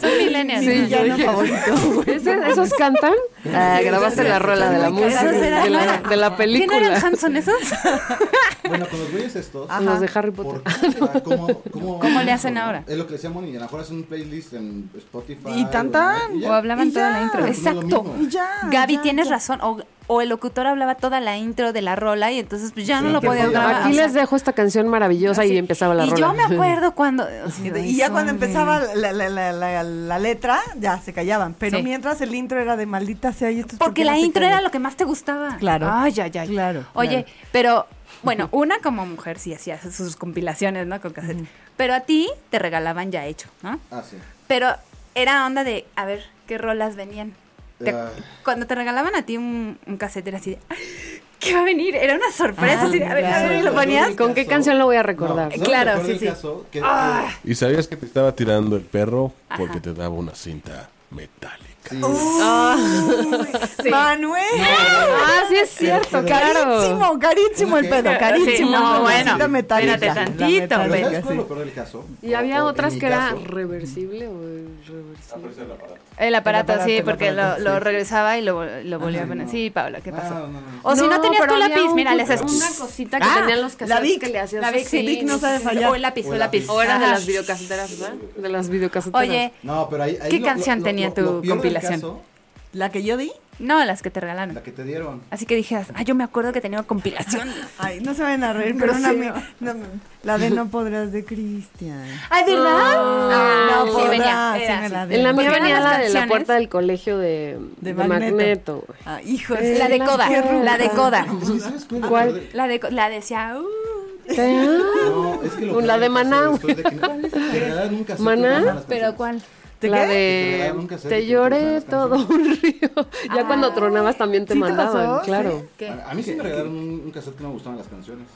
Speaker 5: Son
Speaker 4: Mi
Speaker 5: millennials. ¿no?
Speaker 6: (laughs) yo
Speaker 4: villano
Speaker 6: dije-
Speaker 4: favorito.
Speaker 6: ¿Ese- ¿Esos cantan? Ah, grabaste la rola de la música,
Speaker 5: Esos eran-
Speaker 6: de
Speaker 5: no
Speaker 6: la,
Speaker 5: eran-
Speaker 6: de la
Speaker 5: ¿Qué no eran
Speaker 6: película.
Speaker 5: Hanson esos?
Speaker 7: Bueno, con los güeyes estos.
Speaker 6: Los de Harry Potter.
Speaker 7: ¿por qué? O sea, ¿Cómo, cómo,
Speaker 5: Ah, ¿Cómo le hacen ahora?
Speaker 7: Es lo que le decía Moni, a lo mejor hacen un playlist en Spotify.
Speaker 4: Y tan, tan.
Speaker 7: o en- y ya.
Speaker 5: O hablaban
Speaker 4: Y
Speaker 5: toda
Speaker 4: ya.
Speaker 5: la intro.
Speaker 7: Pero pues no es lo
Speaker 5: Exacto.
Speaker 7: mismo.
Speaker 4: Y (laughs) ya.
Speaker 5: Gaby,
Speaker 4: ya,
Speaker 5: tienes
Speaker 4: ya.
Speaker 5: razón. O, o el locutor hablaba toda la intro de la rola y entonces pues, ya no
Speaker 7: Sí,
Speaker 5: lo
Speaker 7: que
Speaker 5: podía
Speaker 7: podía.
Speaker 5: grabar.
Speaker 6: (laughs) Aquí
Speaker 5: O sea,
Speaker 6: les dejo esta canción maravillosa y empezaba la
Speaker 5: Ah. y
Speaker 6: rola.
Speaker 5: yo me acuerdo cuando. o sea,
Speaker 4: Y ya cuando
Speaker 5: hombre.
Speaker 4: empezaba la, la- la- la- la letra, ya se callaban. Pero
Speaker 5: Sí.
Speaker 4: mientras el intro era de maldita sea. Y esto
Speaker 5: Porque la intro era lo que más te gustaba.
Speaker 4: Claro.
Speaker 5: Ay, ya, ya.
Speaker 4: Claro,
Speaker 5: Oye, pero bueno, una como mujer sí hacía sus compilaciones, ¿no? Con cassette. Pero a ti te regalaban ya hecho, ¿no?
Speaker 7: Ah, sí.
Speaker 5: Pero era onda de, a ver, ¿qué rolas venían? Te-
Speaker 7: Ah.
Speaker 5: Cuando te regalaban a ti un, un cassette era así de, "Ah, ¿qué va a venir? Era una sorpresa,
Speaker 4: Ah,
Speaker 5: así de, a ver, a
Speaker 4: claro.
Speaker 5: ver, y lo ponías.
Speaker 6: (laughs)
Speaker 7: Yo
Speaker 6: ¿Con qué
Speaker 7: caso-
Speaker 6: canción lo voy a recordar?
Speaker 7: No, ¿sabes
Speaker 5: Claro,
Speaker 7: mejor
Speaker 5: sí, Ah,
Speaker 7: del
Speaker 5: sí.
Speaker 7: caso? Que-
Speaker 9: ¿Y sabías que te estaba tirando el perro porque
Speaker 5: Ajá.
Speaker 9: te daba una cinta metálica?
Speaker 7: sí.
Speaker 4: Manuel.
Speaker 6: Ah, sí es cierto, claro.
Speaker 4: Carísimo, carísimo el pedo,
Speaker 5: Sí,
Speaker 4: carísimo.
Speaker 5: no,
Speaker 4: La
Speaker 5: bueno,
Speaker 4: cinta metálica,
Speaker 5: espérate
Speaker 4: la
Speaker 5: tantito,
Speaker 4: metálica,
Speaker 7: Pero ¿sabes
Speaker 4: sí.
Speaker 7: cuál es lo peor del caso?
Speaker 6: Y
Speaker 7: O- o
Speaker 6: había
Speaker 7: en
Speaker 6: otras
Speaker 7: mi
Speaker 6: que era
Speaker 7: caso,
Speaker 6: reversible o irreversible.
Speaker 5: El aparato,
Speaker 4: El aparato,
Speaker 5: sí,
Speaker 4: el
Speaker 5: porque lo,
Speaker 4: aparato,
Speaker 5: lo
Speaker 4: sí.
Speaker 5: regresaba y lo, lo volvía a poner. Sí, Paula, ¿qué
Speaker 7: Ah,
Speaker 5: pasó?
Speaker 7: no, no, no.
Speaker 5: O si no tenías
Speaker 6: pero
Speaker 5: tu
Speaker 6: había
Speaker 5: lápiz,
Speaker 6: un-
Speaker 5: mira, le haces
Speaker 6: una cosita que
Speaker 4: Ah,
Speaker 6: tenían los
Speaker 4: la
Speaker 6: cassettes
Speaker 4: Vic,
Speaker 6: que le hacías
Speaker 5: La Vic,
Speaker 6: así,
Speaker 5: sí, Vic no sabe
Speaker 6: sé.
Speaker 5: fallar. O el lápiz, o el lápiz.
Speaker 6: O era de
Speaker 5: Ajá.
Speaker 6: las videocaseteras, ¿verdad? De las videocaseteras.
Speaker 5: Oye,
Speaker 7: No, pero ahí, ahí
Speaker 5: ¿Qué canción tenía tu
Speaker 7: peor del
Speaker 5: compilación?
Speaker 7: caso,
Speaker 4: La que yo di.
Speaker 5: no las que te regalaron.
Speaker 7: la que te dieron.
Speaker 5: Así que dijeras, ah, yo me acuerdo que tenía una
Speaker 4: (laughs)
Speaker 5: compilación.
Speaker 4: Ay, no se van a reír, pero una
Speaker 5: Grosero.
Speaker 4: mi- no, la de No podrás de Cristian.
Speaker 5: Ay, ¿verdad?
Speaker 4: No
Speaker 5: Ah, sí,
Speaker 4: podrás,
Speaker 5: venía,
Speaker 4: sí
Speaker 5: era
Speaker 4: me la
Speaker 5: así.
Speaker 4: di.
Speaker 6: en la mía
Speaker 5: Porque eran
Speaker 6: venía
Speaker 5: las
Speaker 6: la de la
Speaker 5: canciones.
Speaker 6: puerta del colegio de, de Magneto. güey.
Speaker 4: Ah, hijo,
Speaker 5: La de Coda, la de Coda.
Speaker 7: Sí, ¿sabes cuál? es la
Speaker 6: ¿Cuál?
Speaker 7: peor del-
Speaker 5: La de, la "Uh", de Siaú.
Speaker 6: Te amo.
Speaker 7: No, es que lo
Speaker 6: Un- la
Speaker 7: peor
Speaker 6: de
Speaker 7: del caso
Speaker 6: Maná, güey.
Speaker 7: después de que- Te regalaron un cassette
Speaker 6: ¿Maná?
Speaker 7: con malas
Speaker 5: ¿Pero
Speaker 7: canciones.
Speaker 5: cuál?
Speaker 4: ¿Te
Speaker 6: la
Speaker 4: qué?
Speaker 7: (laughs) te
Speaker 6: de
Speaker 7: regalaron un cassette
Speaker 6: Te
Speaker 7: y te regalaron
Speaker 6: lloré
Speaker 7: las
Speaker 6: todo un río. Ya cuando tronabas también te
Speaker 4: ¿sí te
Speaker 6: mandaban,
Speaker 4: pasó?
Speaker 6: claro.
Speaker 7: A, a mí sí me regalaron un, un cassette que no me gustaban las canciones.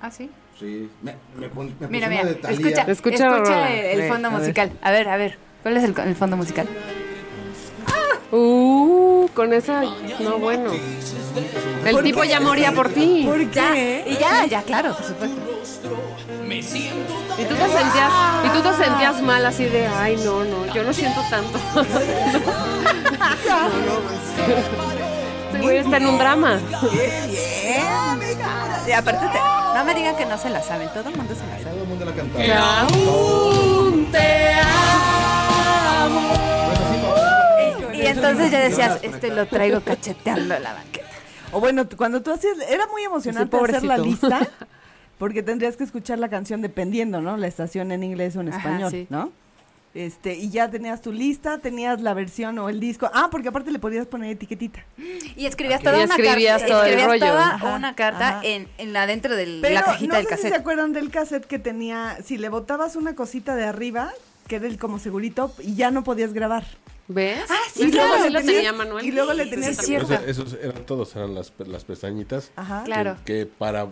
Speaker 5: ¿Ah, sí?
Speaker 7: Sí, me, me, pon- me
Speaker 5: Mira, mira,
Speaker 7: pusieron la Pues de Thalía.
Speaker 5: escucha,
Speaker 6: Escucha la rola.
Speaker 5: escucha el,
Speaker 4: Sí,
Speaker 5: el fondo
Speaker 4: a ver.
Speaker 5: musical. A ver, a ver, ¿cuál es el, el fondo musical?
Speaker 6: Uh, con esa no bueno. El tipo ya moría por ti.
Speaker 4: ¿Por qué?
Speaker 5: Y ya, ya, claro, por supuesto.
Speaker 6: Y tú te sentías, y tú te sentías mal así de, ay no, no, yo no siento tanto. (laughs) No, no, pues. Este güey está en un drama.
Speaker 5: Eh. Y aparte, te- no me digan que no se la saben, todo el mundo se la sabe.
Speaker 7: Todo el mundo la cantaba.
Speaker 5: Y entonces ya decías, este lo traigo cacheteando la banqueta.
Speaker 4: O bueno, tú- cuando tú hacías, era muy emocionante
Speaker 6: Sí,
Speaker 4: hacer la
Speaker 6: pobrecito.
Speaker 4: lista,
Speaker 5: (laughs)
Speaker 4: porque tendrías que escuchar la canción dependiendo, ¿no? La estación en inglés o en
Speaker 5: Ajá,
Speaker 4: español,
Speaker 5: sí.
Speaker 4: ¿no? Este, y ya tenías tu lista, tenías la versión o el disco. Ah, porque aparte le podías poner etiquetita.
Speaker 5: Y escribías toda
Speaker 6: Y
Speaker 5: una
Speaker 6: escribías
Speaker 5: carta.
Speaker 6: todo el
Speaker 5: escribías
Speaker 6: rollo.
Speaker 5: toda
Speaker 4: Ajá,
Speaker 5: una carta
Speaker 4: ajá.
Speaker 5: en, en la dentro de
Speaker 4: Pero
Speaker 5: la cajita
Speaker 4: no
Speaker 5: del
Speaker 4: sé si se
Speaker 5: cassette.
Speaker 4: acuerdan del cassette que tenía, si le botabas una cosita de arriba, que era el como segurito, y ya no podías grabar.
Speaker 6: ¿Ves?
Speaker 5: Ah, sí,
Speaker 6: ¿Ves?
Speaker 5: claro,
Speaker 6: Luego sí lo
Speaker 4: tenías-
Speaker 6: tenía Manuel.
Speaker 4: Y luego le tenías
Speaker 5: Sí,
Speaker 4: que-
Speaker 5: cierto.
Speaker 9: O sea, esos eran todos, eran las, las pestañitas
Speaker 4: Ajá.
Speaker 9: que-
Speaker 5: Claro.
Speaker 9: que, para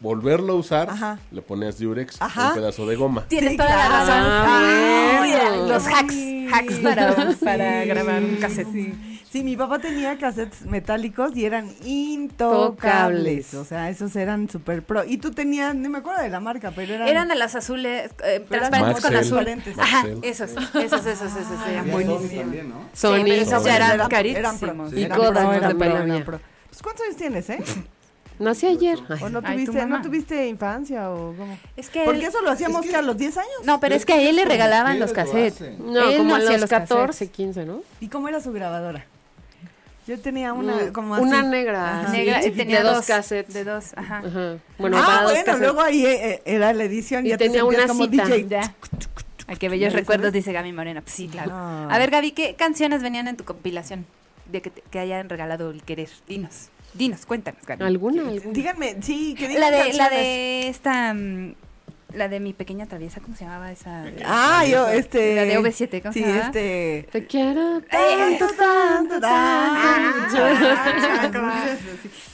Speaker 9: volverlo a usar,
Speaker 4: Ajá.
Speaker 9: le ponías Durex,
Speaker 4: Ajá.
Speaker 9: un pedazo de goma.
Speaker 5: Tienes
Speaker 4: Sí,
Speaker 5: toda la
Speaker 4: claro.
Speaker 5: razón.
Speaker 6: Ah,
Speaker 5: Ay,
Speaker 6: bueno.
Speaker 5: mira, los hacks. Hacks
Speaker 4: (laughs)
Speaker 5: para, para grabar un cassette.
Speaker 4: Sí. Sí, mi papá tenía cassettes metálicos y eran intocables. O sea, esos eran super pro. Y tú tenías, no me acuerdo de la marca, pero eran.
Speaker 5: Eran de las azules, eh,
Speaker 4: Pero eran
Speaker 5: transparentes con
Speaker 9: Marcel.
Speaker 5: azul.
Speaker 4: Transparentes.
Speaker 5: Ajá,
Speaker 9: Marcel.
Speaker 5: esos, esos, esos, esos. eran
Speaker 4: Ah,
Speaker 7: Había
Speaker 5: buenísimos.
Speaker 7: Sony también, ¿no?
Speaker 6: Sony.
Speaker 5: Sí, pero esos ya eran
Speaker 4: eran- eran pro.
Speaker 5: carísimos.
Speaker 6: Y
Speaker 4: eran
Speaker 6: Kodak,
Speaker 4: pro,
Speaker 6: no
Speaker 4: eran
Speaker 6: se
Speaker 4: pro,
Speaker 6: pelaba.
Speaker 4: eran pro. Pues, ¿Cuántos años tienes, eh?
Speaker 6: Nací ayer. Ay.
Speaker 4: ¿O no
Speaker 5: Ay, tu
Speaker 4: tuviste,
Speaker 5: mamá. Eh,
Speaker 4: no tuviste infancia o cómo?
Speaker 5: Es que él-
Speaker 4: Porque eso lo hacíamos
Speaker 7: es que-
Speaker 4: que a los 10 años.
Speaker 5: No, pero es que a él le regalaban los
Speaker 7: Ustedes lo
Speaker 5: cassettes.
Speaker 7: hacen.
Speaker 6: No,
Speaker 5: Él
Speaker 6: como a
Speaker 5: hacía
Speaker 6: los
Speaker 5: cassettes.
Speaker 6: 14, 15, ¿no?
Speaker 4: ¿Y cómo era su grabadora? Yo tenía una
Speaker 6: Mm,
Speaker 4: como así.
Speaker 6: Una negra.
Speaker 4: Ajá.
Speaker 6: así,
Speaker 5: Uh, Negra, eh,
Speaker 6: chiquita,
Speaker 5: tenía
Speaker 6: de
Speaker 5: dos
Speaker 6: cassettes.
Speaker 5: De dos, ajá.
Speaker 6: Ajá. Bueno, para
Speaker 4: ah,
Speaker 6: dos
Speaker 4: bueno,
Speaker 6: cassettes.
Speaker 4: luego ahí eh, eh, era la edición.
Speaker 6: Y
Speaker 4: ya te
Speaker 6: tenía
Speaker 4: sentías
Speaker 6: una
Speaker 4: como
Speaker 6: cita.
Speaker 4: DJ.
Speaker 5: (laughs) Ya. Ay, qué bellos
Speaker 4: ¿Ya
Speaker 5: recuerdos,
Speaker 4: sabes?
Speaker 5: dice Gaby Moreno. Pues sí, claro.
Speaker 4: Ah.
Speaker 5: A ver, Gaby, ¿qué canciones venían en tu compilación de que, te- que hayan regalado el querer? Dinos, dinos, cuéntanos, Gaby.
Speaker 6: ¿Alguna? alguna?
Speaker 4: Díganme, sí, que digan
Speaker 5: La de, la
Speaker 4: canciones.
Speaker 5: de esta, mm, la de mi pequeña traviesa, ¿cómo se llamaba esa?
Speaker 4: Ah, yo, este.
Speaker 5: La de OV7, ¿cómo se
Speaker 4: Sí,
Speaker 5: llama? Ah,
Speaker 4: este. Ah,
Speaker 6: Te quiero
Speaker 4: Tanto,
Speaker 6: tanto,
Speaker 4: tanto,
Speaker 6: tanto, tanto.
Speaker 4: tanto.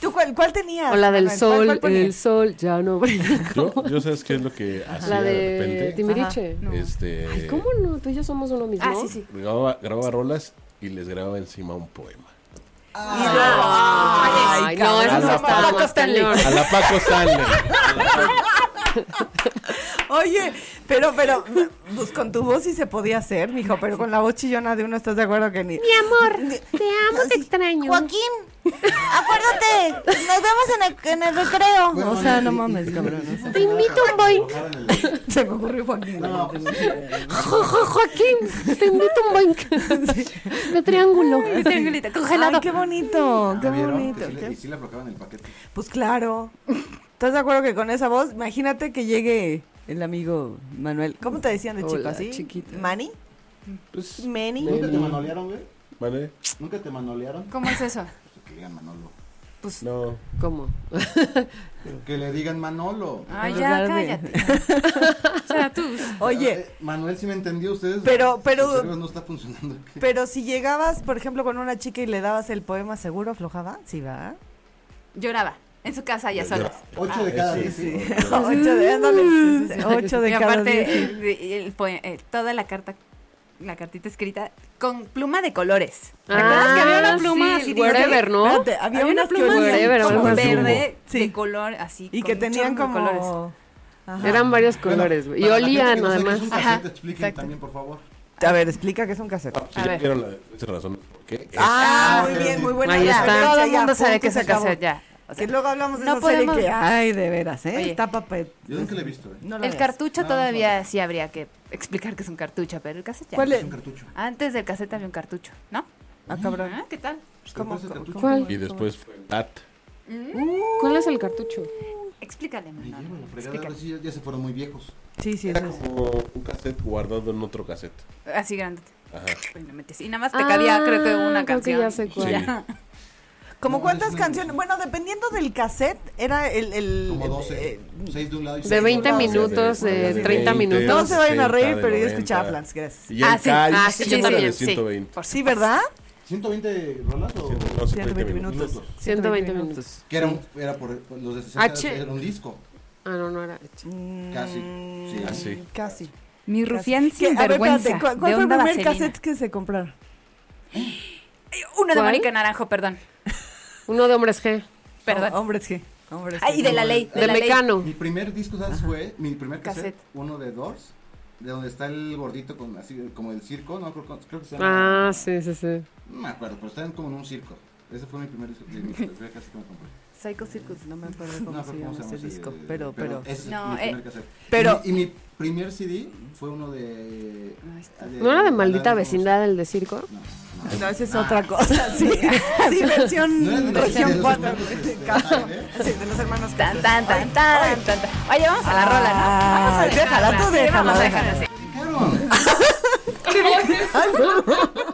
Speaker 4: ¿Tú cuál, cuál tenías?
Speaker 6: O la del
Speaker 4: Manuel? ¿Cuál-
Speaker 6: sol,
Speaker 4: cuál ponías?
Speaker 6: el sol ya no (laughs) brilla.
Speaker 9: Yo, yo sabes qué es lo que hacía
Speaker 6: La
Speaker 9: de,
Speaker 6: de
Speaker 9: repente.
Speaker 6: Timbiriche.
Speaker 5: No.
Speaker 9: Este,
Speaker 6: Ay, ¿cómo no? Tú y yo somos uno mismo.
Speaker 5: Ah, sí, sí.
Speaker 9: Grababa, grababa rolas y les grababa encima un poema.
Speaker 6: Ay,
Speaker 4: Ay,
Speaker 6: no, eso
Speaker 9: cabrón.
Speaker 6: no
Speaker 9: A
Speaker 6: está
Speaker 9: la
Speaker 6: más cañón.
Speaker 9: A la Paco Stanley.
Speaker 4: Oye, pero, pero, pues con tu voz sí se podía hacer, mijo, pero con la voz chillona de uno estás de acuerdo que ni.
Speaker 6: Mi amor, te amo, te extraño.
Speaker 4: acuérdate, nos vemos en el, recreo. o sea, no mames, cabrón.
Speaker 6: te invito a un boing.
Speaker 4: Se me ocurrió Joaquín.
Speaker 7: No, pues sí.
Speaker 6: Jo, jo, Joaquín, te invito a un boing. De triángulo.
Speaker 5: Mi triangulito congelado.
Speaker 4: Ay, qué bonito, qué
Speaker 7: ¿La vieron?
Speaker 4: bonito.
Speaker 7: Que sí le-
Speaker 4: qué-
Speaker 7: Y sí le aflojaban el paquete.
Speaker 4: Pues claro. ¿Estás de acuerdo que con esa voz? Imagínate que llegue el amigo Manuel. ¿Cómo te decían de chico
Speaker 6: Hola,
Speaker 4: así?
Speaker 6: chiquita.
Speaker 4: ¿Mani?
Speaker 9: Pues,
Speaker 4: ¿Meni?
Speaker 7: ¿Nunca te manolearon, güey?
Speaker 9: ¿vale?
Speaker 7: ¿Nunca te manolearon? Pues,
Speaker 5: ¿Cómo es eso?
Speaker 7: Que digan Manolo.
Speaker 9: No.
Speaker 6: ¿Cómo?
Speaker 7: Que le digan Manolo.
Speaker 5: Ay, ya,
Speaker 4: Ayudarme.
Speaker 5: cállate. O sea, tú.
Speaker 4: Oye,
Speaker 7: Eh, Manuel sí me entendió ustedes.
Speaker 4: Pero- pero-
Speaker 7: su cerebro no está funcionando.
Speaker 4: pero si llegabas, por ejemplo, con una chica y le dabas el poema, ¿seguro aflojaba? Sí, va.
Speaker 5: Lloraba. En su casa ya sola.
Speaker 7: Ocho de cada diez.
Speaker 4: Sí. (laughs) Ocho de, ándale, sí, sí, sí, Ocho de
Speaker 5: y
Speaker 4: cada
Speaker 5: aparte,
Speaker 4: diez.
Speaker 5: el- el poe- eh, toda la carta, la cartita escrita con pluma de colores. ¿Te acuerdas que había una pluma así? de-
Speaker 6: Wherever, ¿no?
Speaker 4: Espérate, había,
Speaker 5: Había una
Speaker 4: unas que
Speaker 5: pluma
Speaker 4: olían
Speaker 5: así,
Speaker 6: Wherever,
Speaker 5: como
Speaker 6: algo así.
Speaker 5: verde
Speaker 4: Sí.
Speaker 5: de color así.
Speaker 4: y
Speaker 5: con
Speaker 4: que
Speaker 5: un
Speaker 4: tenían
Speaker 5: chorro de colores.
Speaker 4: como... Ajá.
Speaker 6: Eran varios colores, güey. Y
Speaker 7: Para la gente
Speaker 6: olían,
Speaker 7: que no sabe qué
Speaker 6: además.
Speaker 7: es un
Speaker 5: Ajá,
Speaker 7: cassette, expliquen
Speaker 5: exacto.
Speaker 7: también, por favor.
Speaker 4: A ver, explica qué es un cassette.
Speaker 9: Si
Speaker 5: A
Speaker 9: ya
Speaker 5: ver.
Speaker 9: vieron la de esa razón, ¿por qué?
Speaker 4: Ah,
Speaker 7: Ah,
Speaker 4: muy
Speaker 7: ok.
Speaker 4: bien, muy buena
Speaker 6: Ahí
Speaker 4: idea.
Speaker 6: está.
Speaker 4: Gracias,
Speaker 5: Todo el
Speaker 4: ya,
Speaker 5: mundo sabe
Speaker 4: punto,
Speaker 5: que es
Speaker 4: se
Speaker 5: un
Speaker 4: acabó.
Speaker 5: cassette, ya. O sea,
Speaker 4: que luego hablamos de
Speaker 5: no
Speaker 4: esa serie
Speaker 5: podemos-
Speaker 4: que, ay, de veras, ¿eh?
Speaker 5: Oye.
Speaker 4: Está papel.
Speaker 7: Yo nunca le he visto, ¿eh?
Speaker 4: No lo
Speaker 5: el
Speaker 4: veas.
Speaker 5: cartucho
Speaker 7: No,
Speaker 5: todavía sí habría que explicar que es un cartucho, pero el cassette ya.
Speaker 4: ¿Cuál
Speaker 7: Es
Speaker 4: es?
Speaker 7: un cartucho.
Speaker 5: Antes del cassette había un cartucho, ¿no?
Speaker 4: Ah, cabrón.
Speaker 5: Ah, ¿Qué tal?
Speaker 4: ¿Cómo-
Speaker 7: Después el
Speaker 4: cómo-
Speaker 7: cartucho.
Speaker 6: Ah, ¿Cuál?
Speaker 9: Y después fue Pat.
Speaker 6: ¿Cuál es el cartucho?
Speaker 5: Explícale,
Speaker 7: Me
Speaker 5: Manolo,
Speaker 7: llevo la fregada,
Speaker 5: explícale.
Speaker 7: ahora sí ya, ya se fueron muy viejos.
Speaker 4: Sí, sí,
Speaker 9: Era
Speaker 4: eso es.
Speaker 9: como un cassette guardado en otro cassette.
Speaker 5: Así grande.
Speaker 9: Ajá.
Speaker 5: Y lo metes. Y nada más te cabía,
Speaker 6: Ah,
Speaker 5: creo que una
Speaker 6: creo
Speaker 5: canción.
Speaker 6: ya sé cuál.
Speaker 9: Sí.
Speaker 4: ¿Como
Speaker 7: No,
Speaker 4: cuántas
Speaker 7: es una-
Speaker 4: canciones? Bueno, dependiendo del cassette, era el... el
Speaker 7: Como 12.
Speaker 4: eh,
Speaker 7: 6 de un lado y seis
Speaker 6: De
Speaker 7: del
Speaker 6: 20
Speaker 7: otro.
Speaker 6: minutos, de 30
Speaker 4: no
Speaker 6: minutos.
Speaker 4: se vayan
Speaker 9: 60,
Speaker 4: a reír,
Speaker 9: de
Speaker 4: pero yo
Speaker 9: 90.
Speaker 4: escuchaba Flans, gracias.
Speaker 9: Y el
Speaker 5: Ah, sí.
Speaker 9: Kai,
Speaker 5: Ah, sí,
Speaker 6: yo
Speaker 9: era
Speaker 6: también,
Speaker 9: de
Speaker 5: sí.
Speaker 9: 120.
Speaker 5: Por
Speaker 4: Sí, ¿verdad?
Speaker 7: 120 rolas o
Speaker 9: No,
Speaker 4: 120
Speaker 9: 120 minutos.
Speaker 4: minutos.
Speaker 6: 120 minutos.
Speaker 7: que era, un- era por por los de 60
Speaker 6: H.
Speaker 7: era un disco
Speaker 6: Ah, no, no era.
Speaker 7: casi sí,
Speaker 9: Así.
Speaker 4: Casi.
Speaker 5: Mi rufián
Speaker 4: Que,
Speaker 5: sin
Speaker 4: a ver,
Speaker 5: vergüenza.
Speaker 4: espérate, ¿cuál, cuál fue el primer cassette que se compraron?
Speaker 5: Uno de
Speaker 6: ¿Cuál?
Speaker 5: Mónica Naranjo, perdón.
Speaker 6: Uno de hombres G.
Speaker 5: Perdón.
Speaker 4: Oh, hombres G. Hombres
Speaker 5: Ay, y de la ley. De,
Speaker 6: De
Speaker 5: la ley.
Speaker 6: Mecano.
Speaker 7: mi primer disco sabes fue mi primer cassette,
Speaker 5: Cassette.
Speaker 7: uno de Doors de donde está el gordito con así como el circo no creo, creo que se llama
Speaker 6: Ah, sí, sí, sí.
Speaker 7: no me acuerdo pero están como en un circo ese fue mi primer disco
Speaker 6: (laughs)
Speaker 7: de mi primer cassette que me compré
Speaker 4: Psycho Circus, no me acuerdo cómo
Speaker 7: No,
Speaker 4: se
Speaker 7: pero
Speaker 4: llama ese
Speaker 7: ese,
Speaker 4: disco,
Speaker 7: eh,
Speaker 4: pero, pero...
Speaker 7: ese es
Speaker 5: No,
Speaker 7: mi
Speaker 5: eh,
Speaker 7: primer cassette.
Speaker 4: pero-
Speaker 7: y mi, y mi primer CD fue uno de,
Speaker 5: Ahí está.
Speaker 6: ¿No era de
Speaker 7: Alanis
Speaker 6: maldita
Speaker 7: Morissette.
Speaker 6: vecindad el de circo?
Speaker 7: No, no.
Speaker 4: No, esa es otra cosa, sí. Sí, versión,
Speaker 7: No era de los- de
Speaker 4: versión
Speaker 7: los
Speaker 4: 4.
Speaker 7: hermanos, este,
Speaker 4: Sí, de los hermanos
Speaker 5: Tan, tan, tan, tan, tan, tan. Oye, vamos a la rola, ¿no? Vamos a
Speaker 4: Ay, déjala, tú
Speaker 5: Sí,
Speaker 4: déjala,
Speaker 5: Vamos a
Speaker 4: déjala.
Speaker 5: dejarla así.
Speaker 7: Claro.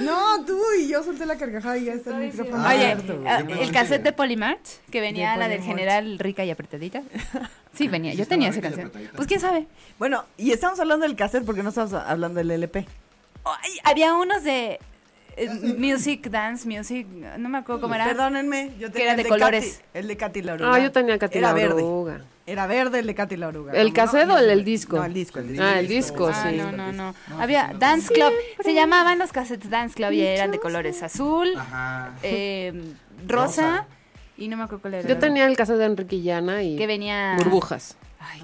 Speaker 4: No, tú y yo solté la carcajada y ya está el micrófono.
Speaker 7: Ah,
Speaker 5: Oye,
Speaker 7: cierto,
Speaker 5: ah,
Speaker 7: yo pensé
Speaker 5: el
Speaker 7: que-
Speaker 5: cassette de Polymart, que venía
Speaker 4: De
Speaker 5: la del
Speaker 4: Polymart.
Speaker 5: general rica
Speaker 4: (laughs)
Speaker 5: y apretadita. Sí, venía,
Speaker 7: Sí,
Speaker 5: yo
Speaker 7: estaba
Speaker 5: tenía esa
Speaker 7: rica y
Speaker 5: canción.
Speaker 7: apretadita.
Speaker 5: Pues quién sabe.
Speaker 4: Bueno, y estamos hablando del cassette porque no estamos hablando del LP.
Speaker 5: Ay, había unos de eh, music, dance, music, no me acuerdo cómo era.
Speaker 4: Perdónenme, yo tenía
Speaker 5: era
Speaker 4: el
Speaker 5: de
Speaker 4: Katy-
Speaker 5: colores.
Speaker 4: el de Katy la oruga.
Speaker 6: Ah, yo tenía Katy
Speaker 4: Era
Speaker 6: la
Speaker 4: verde.
Speaker 6: Oruga.
Speaker 4: Era verde el de Katy la oruga.
Speaker 6: ¿El
Speaker 4: ¿cómo no?
Speaker 6: cassette o el del disco?
Speaker 4: No, el disco. el disco.
Speaker 6: Ah, el disco,
Speaker 5: Ah,
Speaker 6: sí.
Speaker 5: no, no, no. Había Dance Club. Se llamaban los cassettes Dance Club y eran de colores azul,
Speaker 7: Ah. Ajá.
Speaker 5: eh, rosa y no me acuerdo cuál era.
Speaker 6: Yo tenía el caso de Enrique Llana y
Speaker 5: que venía
Speaker 6: burbujas.
Speaker 5: Ay,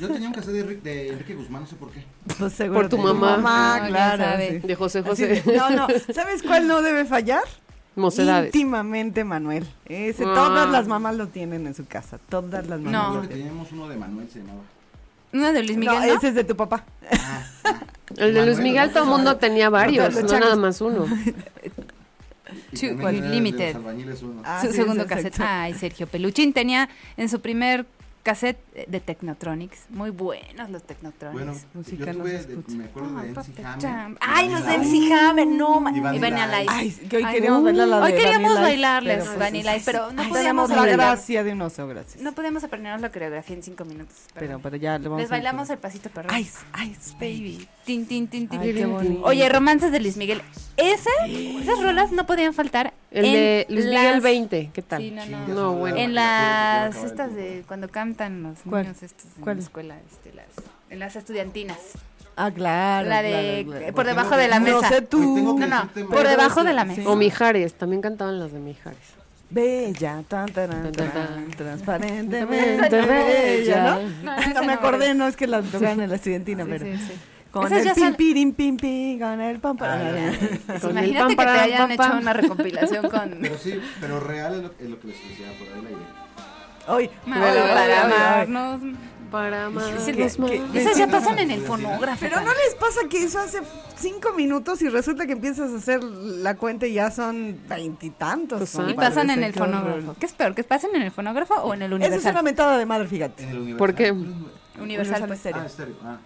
Speaker 7: Yo tenía un cassette de, Enrique- de Enrique Guzmán, no sé por qué.
Speaker 4: Pues seguro
Speaker 6: Por tu
Speaker 4: de-
Speaker 6: mamá.
Speaker 5: No, ya
Speaker 4: claro.
Speaker 5: sabe.
Speaker 4: sí.
Speaker 6: De José
Speaker 4: Así
Speaker 6: José.
Speaker 4: de- no, no. ¿Sabes cuál no debe fallar?
Speaker 6: (laughs) Mocedades.
Speaker 4: Íntimamente Manuel. Ese,
Speaker 6: Ah.
Speaker 4: Todas las mamás lo tienen en su casa. Todas las mamás.
Speaker 5: No.
Speaker 4: lo
Speaker 7: Creo que
Speaker 4: tienen.
Speaker 7: teníamos uno de Manuel, se llamaba.
Speaker 5: una de Luis
Speaker 4: No,
Speaker 5: Miguel, ¿no?
Speaker 4: ese es de tu papá.
Speaker 6: El de Luis
Speaker 7: Manuel,
Speaker 6: Miguel
Speaker 7: ¿no?
Speaker 6: todo el mundo tenía varios,
Speaker 4: Los
Speaker 6: no
Speaker 4: chacos.
Speaker 6: nada más uno.
Speaker 7: Y
Speaker 5: Two
Speaker 7: también era de
Speaker 5: Limited.
Speaker 7: Los albañiles uno.
Speaker 4: Ah,
Speaker 5: su
Speaker 4: sí, ese
Speaker 5: segundo
Speaker 4: es
Speaker 5: cassette.
Speaker 4: exacto.
Speaker 5: Ay, Sergio Peluchín tenía en su primer cassette de Technotronics. Muy buenos los Technotronics.
Speaker 7: Bueno,
Speaker 4: música
Speaker 7: yo
Speaker 4: no
Speaker 7: tuve,
Speaker 4: se
Speaker 7: de-
Speaker 4: escucha.
Speaker 7: me acuerdo de
Speaker 5: Ay,
Speaker 7: MC
Speaker 5: Papa
Speaker 7: Hammer.
Speaker 5: Jam. Ah, Ay, los de MC
Speaker 7: Vanilla
Speaker 5: Hammer, no, ma-
Speaker 7: Y
Speaker 5: y
Speaker 7: Vanilla
Speaker 5: Vanilla Ice.
Speaker 4: Ay, que hoy
Speaker 5: Ay,
Speaker 4: queríamos ver la la
Speaker 5: Hoy
Speaker 4: de
Speaker 5: queríamos
Speaker 4: Vanilla Ice,
Speaker 5: bailarles
Speaker 4: pero, pues
Speaker 5: Vanilla Ice, pero no
Speaker 4: Ay,
Speaker 5: podíamos
Speaker 4: tenemos la
Speaker 5: bailar.
Speaker 4: gracia de un oso, gracias.
Speaker 5: No podíamos aprendernos la coreografía en cinco minutos.
Speaker 4: pero, pero ya le vamos
Speaker 5: Les
Speaker 4: a-
Speaker 5: bailamos el pasito perro.
Speaker 4: Ice, Ice,
Speaker 5: Baby. Tin, tin, tin, tin,
Speaker 4: Ay, qué
Speaker 5: tin.
Speaker 4: bonito.
Speaker 5: Oye, romances de Luis Miguel. Ese, esas rolas no podían faltar.
Speaker 6: El
Speaker 5: en
Speaker 6: de Luis Miguel
Speaker 5: las-
Speaker 6: 20, ¿qué tal?
Speaker 5: Sí, no, no.
Speaker 7: Chingas,
Speaker 6: No, bueno.
Speaker 5: En las estas de cuando cantan los
Speaker 4: ¿Cuál?
Speaker 5: niños estos en
Speaker 4: ¿Cuál?
Speaker 5: la escuela, este, las, en las estudiantinas.
Speaker 4: Ah, claro.
Speaker 5: la de
Speaker 4: claro,
Speaker 5: eh,
Speaker 4: claro.
Speaker 5: por debajo de la
Speaker 4: No
Speaker 5: mesa.
Speaker 4: sé tú.
Speaker 7: Hoy tengo que
Speaker 5: No, no,
Speaker 7: decirte,
Speaker 5: por
Speaker 7: María,
Speaker 5: debajo de la
Speaker 4: sí.
Speaker 5: mesa.
Speaker 6: O Mijares, también cantaban las de Mijares.
Speaker 4: Bella, tan, taran,
Speaker 6: Tan, tan,
Speaker 4: taran,
Speaker 6: tan.
Speaker 4: transparentemente
Speaker 6: Tan, tan,
Speaker 4: bella,
Speaker 6: bella.
Speaker 4: ¿no?
Speaker 5: No,
Speaker 4: Ah,
Speaker 5: esa
Speaker 4: No me
Speaker 5: no,
Speaker 4: acordé,
Speaker 5: esa.
Speaker 4: no, es que la tocaban en la estudiantina, pero...
Speaker 5: Sí, sí, sí.
Speaker 4: Con
Speaker 5: Esas
Speaker 4: el
Speaker 5: ya
Speaker 4: pim,
Speaker 5: sal-
Speaker 4: pirim, pim, pim, con el pam, pam.
Speaker 5: Pues
Speaker 6: Con el
Speaker 5: imagínate que te
Speaker 6: pam, pam,
Speaker 5: hayan
Speaker 6: pam,
Speaker 5: hecho
Speaker 6: pam.
Speaker 5: una
Speaker 4: (laughs)
Speaker 5: recopilación con
Speaker 7: Pero sí, pero real es lo, es lo que les decía por ahí la idea.
Speaker 4: Hoy,
Speaker 5: Malo
Speaker 4: hoy, hoy,
Speaker 5: para
Speaker 4: hoy, hoy.
Speaker 5: amarnos.
Speaker 6: Para
Speaker 4: que- que-
Speaker 5: Esas ya pasan en el fonógrafo.
Speaker 4: Pero no les pasa que eso hace cinco minutos y resulta que empiezas a hacer la cuenta y ya son veintitantos.
Speaker 6: Pues,
Speaker 4: compadre,
Speaker 5: y pasan en
Speaker 4: qué
Speaker 5: el
Speaker 4: horror.
Speaker 5: fonógrafo. ¿Qué es peor? ¿Que pasen en el fonógrafo o en el
Speaker 4: Eso es una
Speaker 5: universal?
Speaker 4: mentada de madre,
Speaker 7: En
Speaker 4: fíjate.
Speaker 7: el universal.
Speaker 6: ¿Por qué?
Speaker 5: Universal, pues.
Speaker 4: estéreo.
Speaker 7: Ah, estéreo. Ah.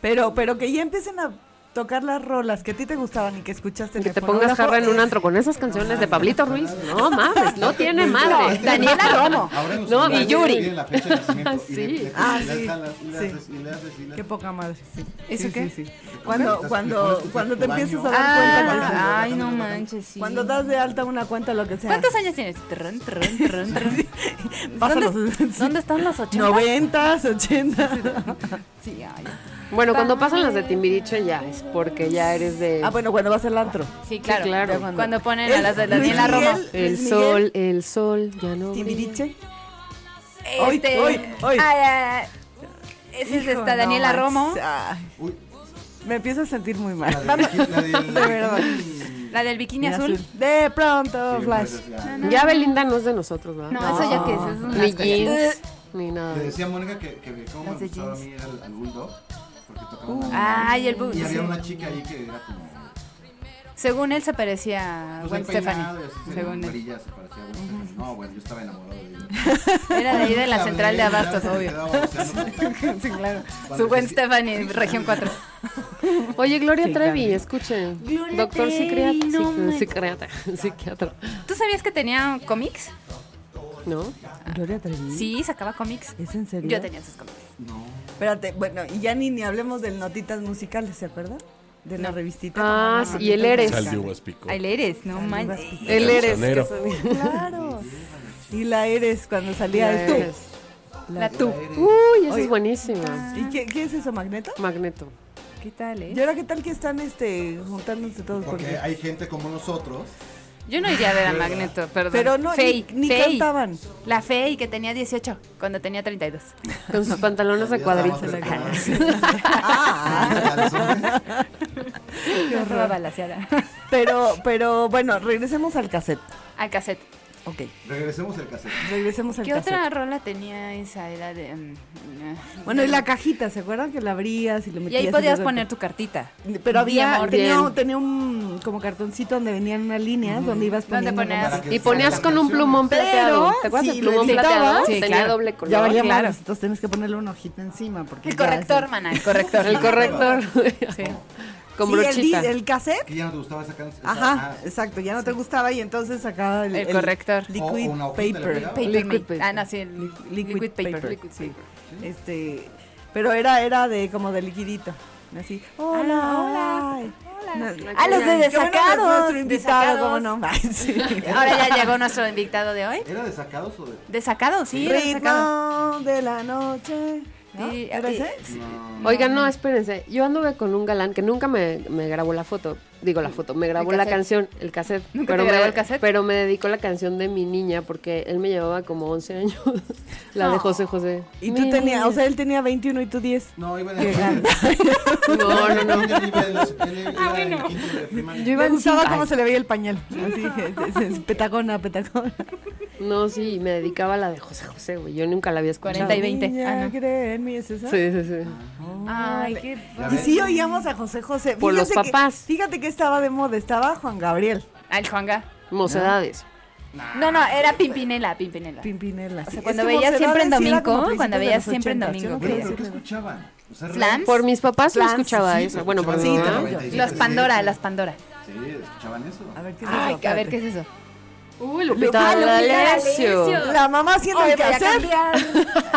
Speaker 4: Pero, pero que ya empiecen a tocar las rolas que a ti te gustaban y que escuchaste en
Speaker 6: Que
Speaker 4: el
Speaker 6: te pongas
Speaker 4: fonógrafo.
Speaker 6: jarra en un antro con esas canciones de Pablito Ruiz. No mames, no tiene
Speaker 5: Ah,
Speaker 6: madre. Daniela
Speaker 4: (laughs)
Speaker 6: Romo.
Speaker 7: Ahora en los
Speaker 6: No,
Speaker 7: celulares
Speaker 6: y Yuri.
Speaker 7: te piden la fecha de nacimiento y le-
Speaker 6: Sí.
Speaker 7: le- le-
Speaker 4: Ah,
Speaker 7: le-
Speaker 4: sí.
Speaker 7: le- le- le-
Speaker 4: Sí.
Speaker 7: y le haces y le
Speaker 4: Qué
Speaker 7: haces.
Speaker 4: poca madre. sí.
Speaker 5: ¿Eso
Speaker 4: Sí,
Speaker 5: qué?
Speaker 4: sí, sí. Cuando,
Speaker 7: Te
Speaker 4: cuando,
Speaker 7: pones tu
Speaker 4: cuando te
Speaker 7: baño.
Speaker 4: empiezas a dar cuenta, cuando,
Speaker 5: Ah, ay, no manches. sí.
Speaker 4: cuando das de alta una cuenta, lo que sea.
Speaker 5: ¿Cuántos años tienes?
Speaker 4: (laughs)
Speaker 5: Trun, trun, trun, trun.
Speaker 4: Pasan
Speaker 5: ¿Dónde,
Speaker 4: los- sí.
Speaker 5: dónde están los 80?
Speaker 4: Noventas, ochentas.
Speaker 5: Sí, ay.
Speaker 6: Bueno, cuando pasan las de Timbiriche ya es porque ya eres de.
Speaker 4: Ah, bueno, cuando vas al antro.
Speaker 5: Sí, claro.
Speaker 6: claro.
Speaker 5: Ya Cuando, cuando ponen a
Speaker 4: El-
Speaker 5: las de
Speaker 4: Luis
Speaker 5: Daniela Romo.
Speaker 4: Miguel,
Speaker 6: El
Speaker 4: Luis
Speaker 6: sol, el sol, ya no. brilla.
Speaker 4: Timbiriche. Hoy,
Speaker 5: Este,
Speaker 4: hoy, hoy.
Speaker 5: ay, ay, esa es
Speaker 4: Hijo,
Speaker 5: esta
Speaker 4: no
Speaker 5: Daniela
Speaker 4: manches.
Speaker 5: Romo,
Speaker 4: Ay,
Speaker 7: Uy,
Speaker 4: me empiezo a sentir muy
Speaker 5: (laughs)
Speaker 4: mal.
Speaker 7: la de- la de-
Speaker 4: (laughs) De verdad.
Speaker 5: la Ah, del bikini azul.
Speaker 4: De pronto,
Speaker 7: Sí,
Speaker 4: Flash.
Speaker 7: pues, ya.
Speaker 6: Ya Belinda no es de nosotros, ¿verdad?
Speaker 5: No, eso ya que es, es un
Speaker 6: Ni
Speaker 5: asco, ya.
Speaker 6: jeans, ni nada.
Speaker 7: Le decía a Mónica que, que como me
Speaker 5: Las de
Speaker 7: gustaba a
Speaker 5: jeans. Uh,
Speaker 7: mí era el, el bulldog, porque tocaba la-
Speaker 5: Ay, el bu-
Speaker 7: Y
Speaker 5: sí. Ah,
Speaker 7: había una chica ahí que era como...
Speaker 5: Según él se parecía a
Speaker 7: Pues
Speaker 5: Gwen
Speaker 7: bien peinado
Speaker 5: Stefani.
Speaker 7: y así se
Speaker 5: Según él.
Speaker 7: brilla, se parecía a Gwen Stefani. No, bueno, yo estaba enamorado de ella.
Speaker 5: Era de ahí de (laughs) la central de Abastos,
Speaker 7: Se
Speaker 5: obvio.
Speaker 7: quedaba boxeando
Speaker 5: (laughs)
Speaker 7: con-
Speaker 5: Sí, claro.
Speaker 7: Cuando
Speaker 5: Su Gwen
Speaker 7: crecí-
Speaker 5: Stefani, región 4.
Speaker 6: Oye, Gloria
Speaker 4: Sí,
Speaker 6: Trevi,
Speaker 4: claro.
Speaker 6: escuchen.
Speaker 5: Gloria
Speaker 6: Doctor
Speaker 5: Trevi,
Speaker 6: psiquiatra,
Speaker 5: no
Speaker 6: psiqui-
Speaker 5: manches.
Speaker 6: psiquiatra, (laughs) psiquiatra,
Speaker 5: ¿Tú sabías que tenía cómics?
Speaker 6: ¿no?
Speaker 4: Gloria Trevi.
Speaker 5: Sí, sacaba cómics.
Speaker 4: ¿Es en serio?
Speaker 5: Yo tenía sus cómics.
Speaker 7: No,
Speaker 4: Espérate, bueno, y ya ni, ni hablemos del Notitas Musicales, ¿se acuerdan? De la revistita.
Speaker 6: Ah, sí, y el Eres.
Speaker 9: Sal de uvas pico.
Speaker 5: Ay, le eres, no manches.
Speaker 6: El eres.
Speaker 9: Manzanero.
Speaker 6: que son-
Speaker 4: Claro. Y la Eres cuando salía
Speaker 6: La
Speaker 4: el tú.
Speaker 6: Eres.
Speaker 5: La tú.
Speaker 6: Uy, eso
Speaker 4: Oye.
Speaker 6: es buenísimo.
Speaker 4: ¿Y qué, qué es eso, Magneto?
Speaker 6: Magneto.
Speaker 5: ¿Qué tal, eh?
Speaker 4: ¿Y ahora qué tal que están este, juntándose todos?
Speaker 7: porque hay gente como nosotros.
Speaker 5: Yo no iría a ver a Magneto, perdón.
Speaker 4: Pero no, ni-
Speaker 5: Fey,
Speaker 4: ni
Speaker 5: Fey.
Speaker 4: cantaban.
Speaker 5: La Fey, que tenía 18, cuando
Speaker 4: (laughs)
Speaker 5: tenía 32.
Speaker 6: Con sus pantalones de cuadritos.
Speaker 7: Ya
Speaker 6: (laughs)
Speaker 7: estábamos (laughs)
Speaker 4: Ah.
Speaker 7: preparados.
Speaker 5: Qué horror. balaseada.
Speaker 4: Pero, pero bueno, regresemos al cassette.
Speaker 5: (laughs) Al cassette.
Speaker 4: Ok,
Speaker 7: (laughs) Regresemos al cassette.
Speaker 4: regresemos al
Speaker 5: ¿Qué
Speaker 4: cassette.
Speaker 5: otra rola tenía esa? Era de... mm, eh.
Speaker 4: Bueno, y la cajita, ¿se acuerdan que la abrías y le
Speaker 5: Y
Speaker 4: metías?
Speaker 5: ahí podías
Speaker 4: luego-
Speaker 5: poner tu cartita.
Speaker 4: Pero
Speaker 5: Mi
Speaker 4: había,
Speaker 5: amor.
Speaker 4: tenía,
Speaker 6: Bien.
Speaker 4: tenía un como cartoncito donde venían unas líneas, donde ibas
Speaker 5: Donde
Speaker 4: poniendo.
Speaker 5: ponías-
Speaker 7: Para que
Speaker 6: Y ponías con un plumón
Speaker 4: Pero,
Speaker 6: plateado. ¿Te acuerdas
Speaker 4: si
Speaker 6: del
Speaker 4: lo
Speaker 6: plumón
Speaker 4: editabas,
Speaker 6: plateado?
Speaker 5: sí,
Speaker 6: Tenía
Speaker 5: claro.
Speaker 6: doble
Speaker 4: Ya
Speaker 6: color.
Speaker 4: valía
Speaker 5: claro.
Speaker 4: madres, entonces tienes que ponerle un ojito encima. Porque
Speaker 5: El
Speaker 4: ya
Speaker 5: corrector,
Speaker 4: es-
Speaker 5: mana, el corrector.
Speaker 6: El corrector.
Speaker 5: Sí.
Speaker 6: Con
Speaker 4: Sí, el di-
Speaker 6: brochita.
Speaker 4: el, cassette.
Speaker 7: Que ya no te gustaba esa canción.
Speaker 4: Ajá, exacto, ya no te gustaba y entonces sacaba el,
Speaker 5: El corrector.
Speaker 4: Liquid
Speaker 7: Ah, O una hojita le
Speaker 4: paper.
Speaker 7: pegabas.
Speaker 5: Paper
Speaker 6: Liquid
Speaker 5: Me.
Speaker 6: paper.
Speaker 5: Ah, no, sí, el
Speaker 4: Li-
Speaker 5: liquid, paper.
Speaker 4: Liquid sí. Este, pero era, era de como de liquidito. Así, hola, ah,
Speaker 5: Ah,
Speaker 4: hola,
Speaker 5: Tranquila.
Speaker 11: A los de
Speaker 4: Qué bueno que es
Speaker 11: desacados.
Speaker 4: nuestro invitado,
Speaker 5: Desacados.
Speaker 4: ¿cómo no? (laughs) Sí.
Speaker 5: Ahora ya llegó nuestro invitado de hoy.
Speaker 7: ¿Era de sacados o de.?
Speaker 5: Desacado, sí, era desacado.
Speaker 4: Ritmo de la noche. ¿No?
Speaker 5: Sí,
Speaker 4: ¿Era
Speaker 5: eh,
Speaker 4: ese?
Speaker 7: No.
Speaker 6: Oigan, no, espérense. Yo anduve con un galán que nunca me, me grabó la foto. Digo, la foto. Me grabó
Speaker 5: El
Speaker 6: la
Speaker 5: cassette.
Speaker 6: canción, el cassette.
Speaker 5: ¿Nunca
Speaker 6: pero
Speaker 5: te grabó
Speaker 6: me,
Speaker 5: el cassette?
Speaker 6: Pero me dedicó la canción de mi niña porque él me llevaba como 11 años. (laughs) la de José José.
Speaker 4: Y
Speaker 6: Mi
Speaker 4: tú tenías,
Speaker 6: niña.
Speaker 4: o sea, él tenía 21 y tú 10.
Speaker 7: No, iba en
Speaker 4: Qué
Speaker 7: el.
Speaker 6: No, no, no.
Speaker 7: Yo iba en los- él iba en el quinto de primaria.
Speaker 6: Yo iba
Speaker 4: Me
Speaker 6: en
Speaker 4: gustaba
Speaker 6: cinco.
Speaker 4: cómo se le veía el pañal. Así,
Speaker 5: (laughs)
Speaker 4: es- es petacona, petacona.
Speaker 6: No, sí, me dedicaba a la de José José, güey. Yo nunca la había escuchado.
Speaker 5: 40 y 20.
Speaker 4: Niña,
Speaker 5: Ah, no.
Speaker 4: cree en mí, ¿es esa?
Speaker 6: Sí, sí, sí.
Speaker 5: Ay, qué
Speaker 4: Y sí oíamos a José José.
Speaker 6: Por los
Speaker 4: Fíjense que-
Speaker 6: papás.
Speaker 4: fíjate que estaba de moda, estaba Juan Gabriel
Speaker 5: Al Ah, Juanga.
Speaker 6: Mocedades.
Speaker 5: No, no, era Pimpinela, Pimpinela.
Speaker 4: Pimpinela.
Speaker 5: sea, cuando veías siempre en domingo, cuando veías siempre en domingo,
Speaker 7: Bueno, pero ¿qué escuchaban? O sea,
Speaker 5: Flans.
Speaker 6: Por mis papás yo
Speaker 4: Clams,
Speaker 6: escuchaba
Speaker 7: sí,
Speaker 6: eso.
Speaker 7: pero
Speaker 6: Bueno, por mi
Speaker 4: sí,
Speaker 7: escuchaban
Speaker 6: mamá.
Speaker 4: también.
Speaker 7: realmente
Speaker 5: Los
Speaker 7: diferente.
Speaker 5: Pandora, las Pandora.
Speaker 7: Sí, escuchaban eso.
Speaker 4: A ver, ¿qué es
Speaker 5: Ay,
Speaker 4: eso?
Speaker 5: a ver qué es
Speaker 4: Espérate.
Speaker 5: eso.
Speaker 6: Uy,
Speaker 4: Ah,
Speaker 6: Lupita
Speaker 4: Lupita
Speaker 6: D'Alessio.
Speaker 5: D'Alessio.
Speaker 4: La mamá haciendo el quehacer.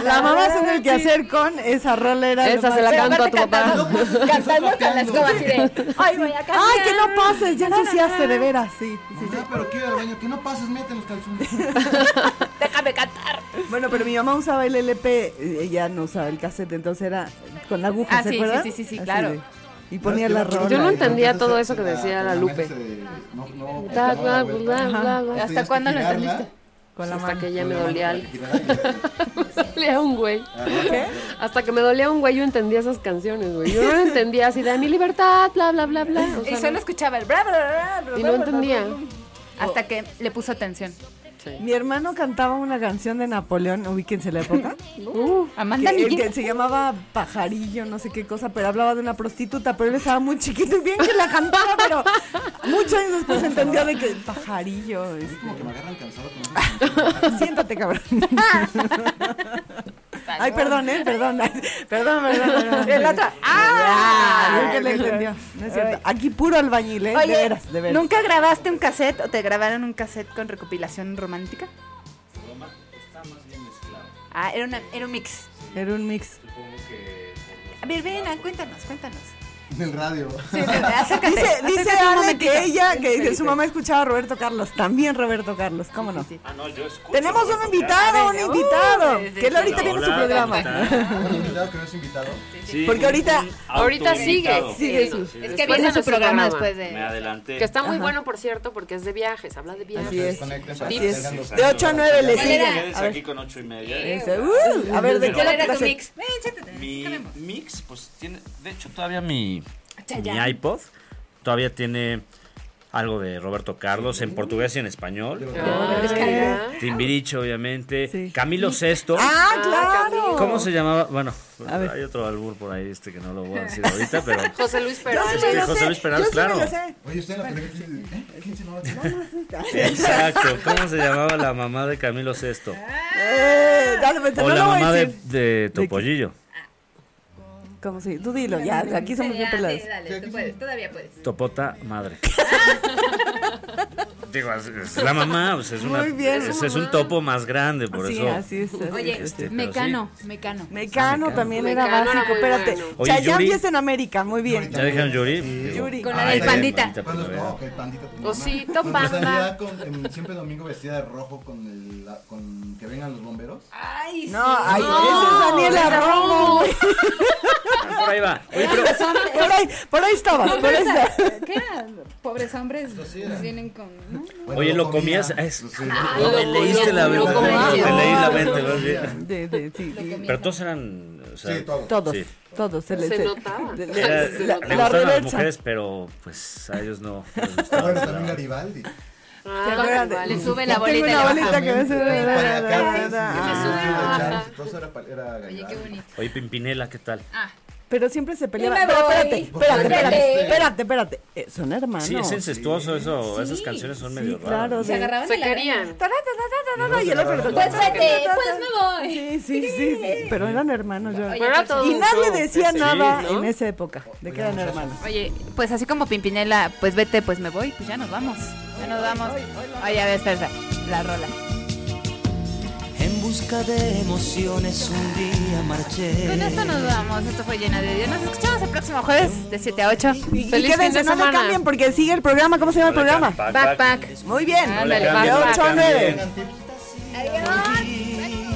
Speaker 4: La mamá haciendo el quehacer con esa rola era lo
Speaker 6: Esa
Speaker 4: más-
Speaker 6: se la
Speaker 4: Pero
Speaker 6: canto a tu papá.
Speaker 4: (laughs)
Speaker 5: cantando, cantando con las escoba así de. Ay, voy a
Speaker 4: Ay, que no pases, ya ensuciaste, de veras, sí. sí,
Speaker 7: No,
Speaker 4: sí.
Speaker 7: no, pero quiero ir al baño, que no pases, mete los calzones.
Speaker 5: Déjame cantar.
Speaker 4: Bueno, pero mi mamá usaba el LP, eh, ella no usaba el cassette, entonces era con la aguja,
Speaker 5: Ah,
Speaker 4: ¿se
Speaker 5: sí,
Speaker 4: acuerdan?
Speaker 5: sí, sí, sí,
Speaker 4: Así
Speaker 5: claro.
Speaker 4: de- Y ponía
Speaker 7: Yo
Speaker 4: la
Speaker 7: me acuerdo
Speaker 4: rola.
Speaker 6: Yo no
Speaker 7: que
Speaker 6: entendía
Speaker 7: entonces
Speaker 6: todo
Speaker 7: se-
Speaker 6: eso que
Speaker 7: la-
Speaker 6: decía
Speaker 7: con
Speaker 6: la Lupe.
Speaker 7: mesa de- no- no, le
Speaker 6: Bla,
Speaker 7: daba
Speaker 6: bla,
Speaker 7: la vuelta.
Speaker 6: bla, bla, bla.
Speaker 5: ¿Hasta cuándo lo
Speaker 7: girarla,
Speaker 5: entendiste?
Speaker 4: Con la
Speaker 6: Hasta
Speaker 4: mano.
Speaker 6: que ya
Speaker 7: con
Speaker 6: me
Speaker 7: la mano
Speaker 6: dolía
Speaker 7: para
Speaker 6: algo.
Speaker 7: girar y-
Speaker 6: (laughs) Dolía un güey.
Speaker 7: ¿Qué?
Speaker 6: Hasta que me dolía un güey, yo entendía esas canciones, güey. Yo no entendía así de mi libertad, bla, bla, bla, bla. O sea,
Speaker 5: Y solo
Speaker 6: no-
Speaker 5: escuchaba el. bra, bra, bra, bra,
Speaker 6: y
Speaker 5: bra,
Speaker 6: no
Speaker 5: bra,
Speaker 6: entendía.
Speaker 5: Hasta que le puso atención.
Speaker 4: Mi hermano cantaba una canción de Napoleón, ubíquense la época.
Speaker 6: Uh,
Speaker 5: Amanda
Speaker 4: que,
Speaker 5: Miguel.
Speaker 4: que se llamaba Pajarillo, no sé qué cosa, pero hablaba de una prostituta, pero él estaba muy chiquito y bien que la cantaba, pero muchos años después entendió de que Pajarillo.
Speaker 7: Es
Speaker 4: este,
Speaker 7: como que me agarran cansado con
Speaker 4: (laughs)
Speaker 7: esas
Speaker 4: Siéntate, cabrón. Ay, perdón, eh, perdón. Ay, Perdón, perdón, (laughs) perdón.
Speaker 5: El otro.
Speaker 4: Ah,
Speaker 5: ¡Ah!
Speaker 4: bien que le entendió. No es cierto. Aquí puro albañil, ¿eh?
Speaker 5: Oye,
Speaker 4: de veras, de veras.
Speaker 5: ¿nunca grabaste un cassette o te grabaron un cassette con recopilación romántica? Ah, era, una- era un mix.
Speaker 4: Era un mix.
Speaker 5: A ver, ven, ah, cuéntanos, cuéntanos. (laughs)
Speaker 7: en el radio.
Speaker 5: Sí, acércate,
Speaker 4: Dice,
Speaker 5: acércate
Speaker 4: dice
Speaker 5: un
Speaker 4: Ale
Speaker 5: momentito.
Speaker 4: que ella, que
Speaker 5: Espérate.
Speaker 4: su mamá escuchaba a Roberto Carlos. También Roberto Carlos, ¿cómo no?
Speaker 12: Ah,
Speaker 5: Sí, sí.
Speaker 4: Tenemos un invitado, un
Speaker 5: Venga, uh,
Speaker 4: invitado.
Speaker 5: desde
Speaker 4: Que él ahorita
Speaker 5: que-
Speaker 4: viene a su programa.
Speaker 7: Un invitado que no es invitado.
Speaker 4: Porque ahorita.
Speaker 6: ahorita sigue.
Speaker 5: Sí,
Speaker 6: sigue.
Speaker 5: sí. Es que viene su programa después de.
Speaker 6: Que está muy bueno, por cierto, porque es de viajes, habla de viajes.
Speaker 4: Así es.
Speaker 7: Desconecten para
Speaker 4: Así
Speaker 7: que
Speaker 4: es.
Speaker 7: tengan los-
Speaker 4: De 8 a 9 le
Speaker 5: ¿Cuál era?
Speaker 4: siguen. A ver,
Speaker 12: con ocho y media.
Speaker 4: ese, uh, a ver, ¿de qué
Speaker 5: ¿Cuál era
Speaker 4: la
Speaker 5: tu mix? Ven, siéntate,
Speaker 12: Mi
Speaker 5: acabemos.
Speaker 12: mix, pues tiene. De hecho, todavía mi, mi
Speaker 5: Chayanne.
Speaker 12: iPod todavía tiene algo de Roberto Carlos en portugués y en español. Timbiriche, obviamente.
Speaker 4: Ah. Sí.
Speaker 12: Camilo VI.
Speaker 4: Ah, claro.
Speaker 12: ¿Cómo se llamaba? Bueno,
Speaker 4: A ver.
Speaker 12: hay otro albur por ahí este que no lo voy a decir ahorita,
Speaker 4: (laughs)
Speaker 12: pero.
Speaker 6: José Luis
Speaker 4: Yo
Speaker 6: Perales.
Speaker 4: sí me
Speaker 12: Este,
Speaker 4: lo
Speaker 12: José
Speaker 4: sé,
Speaker 12: Luis Perales,
Speaker 4: yo sí me lo
Speaker 12: claro.
Speaker 4: sé.
Speaker 7: Oye, usted en la primera ¿eh? ¿Quién se llama?
Speaker 12: Exacto. ¿Cómo se llamaba la mamá de Camilo VI?
Speaker 4: Eh, dale, pues,
Speaker 12: O
Speaker 4: no
Speaker 12: la
Speaker 4: lo voy a
Speaker 12: mamá de,
Speaker 4: decir.
Speaker 12: de Topollillo.
Speaker 4: ¿Cómo se? Tú dilo, ya, aquí somos bien pelados.
Speaker 5: Dale, tú puedes, todavía puedes.
Speaker 12: Topota
Speaker 4: (laughs)
Speaker 12: madre. Digo, es- es la mamá, pues, es, una-
Speaker 4: Muy bien,
Speaker 12: es,
Speaker 4: su
Speaker 12: es un topo más grande, por
Speaker 4: Sí,
Speaker 12: eso.
Speaker 4: así es. así
Speaker 5: Oye,
Speaker 4: es.
Speaker 12: Este, pero
Speaker 5: Mecano, Mecano.
Speaker 4: Mecano
Speaker 12: Mecano.
Speaker 4: también era
Speaker 6: Mecano era
Speaker 4: básico,
Speaker 6: muy
Speaker 4: espérate.
Speaker 6: bueno.
Speaker 12: Oye,
Speaker 4: Chayanne
Speaker 12: Yuri.
Speaker 4: es en América, muy bien.
Speaker 12: ¿Ya dejan Yuri? Digo,
Speaker 4: Yuri.
Speaker 5: Con la
Speaker 12: ay,
Speaker 5: del pandita.
Speaker 12: maldita
Speaker 7: Cuando
Speaker 12: primavera.
Speaker 7: no, que el pandita. tu mamá.
Speaker 6: Osito
Speaker 7: Cuando
Speaker 6: panda.
Speaker 7: salía con- en- siempre domingo vestida de rojo con el la- con que vengan los bomberos.
Speaker 5: Ay,
Speaker 4: No, ay, ese es Daniela Romo. güey.
Speaker 12: Ah, Por ahí va. Oye, pero
Speaker 4: Por ahí, por ahí estaba, por ahí estaba.
Speaker 5: ¿Qué era? Pobres hombres nos vienen con. ¿no?
Speaker 7: Bueno,
Speaker 12: Oye, ¿lo comías?
Speaker 7: comía.
Speaker 12: Es-
Speaker 7: Lo sé,
Speaker 12: no me leíste la
Speaker 6: lo
Speaker 12: mente. No
Speaker 6: comía.
Speaker 12: te leí la mente.
Speaker 7: Lo
Speaker 12: más
Speaker 5: (laughs)
Speaker 12: bien.
Speaker 4: De- de- sí,
Speaker 12: Pero todos eran. o sea,
Speaker 7: Sí, todos.
Speaker 4: Todos,
Speaker 12: Sí.
Speaker 4: todos. Se, les
Speaker 6: Se notaba.
Speaker 4: (laughs) le- le-
Speaker 12: era-
Speaker 4: la,
Speaker 12: le
Speaker 4: la
Speaker 12: gustaban las
Speaker 4: reversa.
Speaker 12: mujeres, pero pues a ellos no. les gustaba.
Speaker 7: Bueno, también Garibaldi.
Speaker 6: Le sube
Speaker 4: Tengo una bolita que eh, me sube.
Speaker 7: Los paliacates,
Speaker 4: Ah,
Speaker 7: los Charles y todo eso era pal- era Garibaldi.
Speaker 12: Oye, Pimpinela, ¿qué tal?
Speaker 5: Ah,
Speaker 4: Pero siempre se peleaban.
Speaker 5: me
Speaker 4: Pero
Speaker 5: voy.
Speaker 4: espérate, espérate,
Speaker 7: Búscate.
Speaker 4: espérate, espérate, espérate. Eh, son hermanos.
Speaker 12: Sí, es incestuoso eso. Esas canciones son medio
Speaker 4: claro,
Speaker 12: raras.
Speaker 4: de-
Speaker 6: Se querían.
Speaker 4: Ta, ta, ta, ta, ta, ta, y el otro le
Speaker 5: Pues
Speaker 4: contestaba.
Speaker 5: vete, pues me voy. pues
Speaker 4: Sí, sí, sí, sí, Pero eran hermanos. yo-
Speaker 6: Pero era todo
Speaker 4: Y
Speaker 6: un
Speaker 4: nadie
Speaker 6: show,
Speaker 4: decía
Speaker 6: ese,
Speaker 4: nada
Speaker 6: ¿no?
Speaker 4: en esa época de que eran hermanos.
Speaker 5: Oye, pues así como Pimpinela, pues vete, pues me voy, pues ya nos vamos. Ya nos vamos. Oye, a ver, espera, espera, la rola.
Speaker 3: En
Speaker 11: busca de emociones un día marché.
Speaker 5: Con esto nos vamos. Esto fue llena de Dios. Nos escuchamos el próximo jueves de 7 a 8.
Speaker 4: Y quédense, no me cambien porque sigue el programa. ¿Cómo se llama el programa?
Speaker 5: Backpack.
Speaker 4: Muy bien.
Speaker 5: Ándale,
Speaker 4: De
Speaker 5: Backpack.
Speaker 4: 8 a 9.
Speaker 5: Adiós.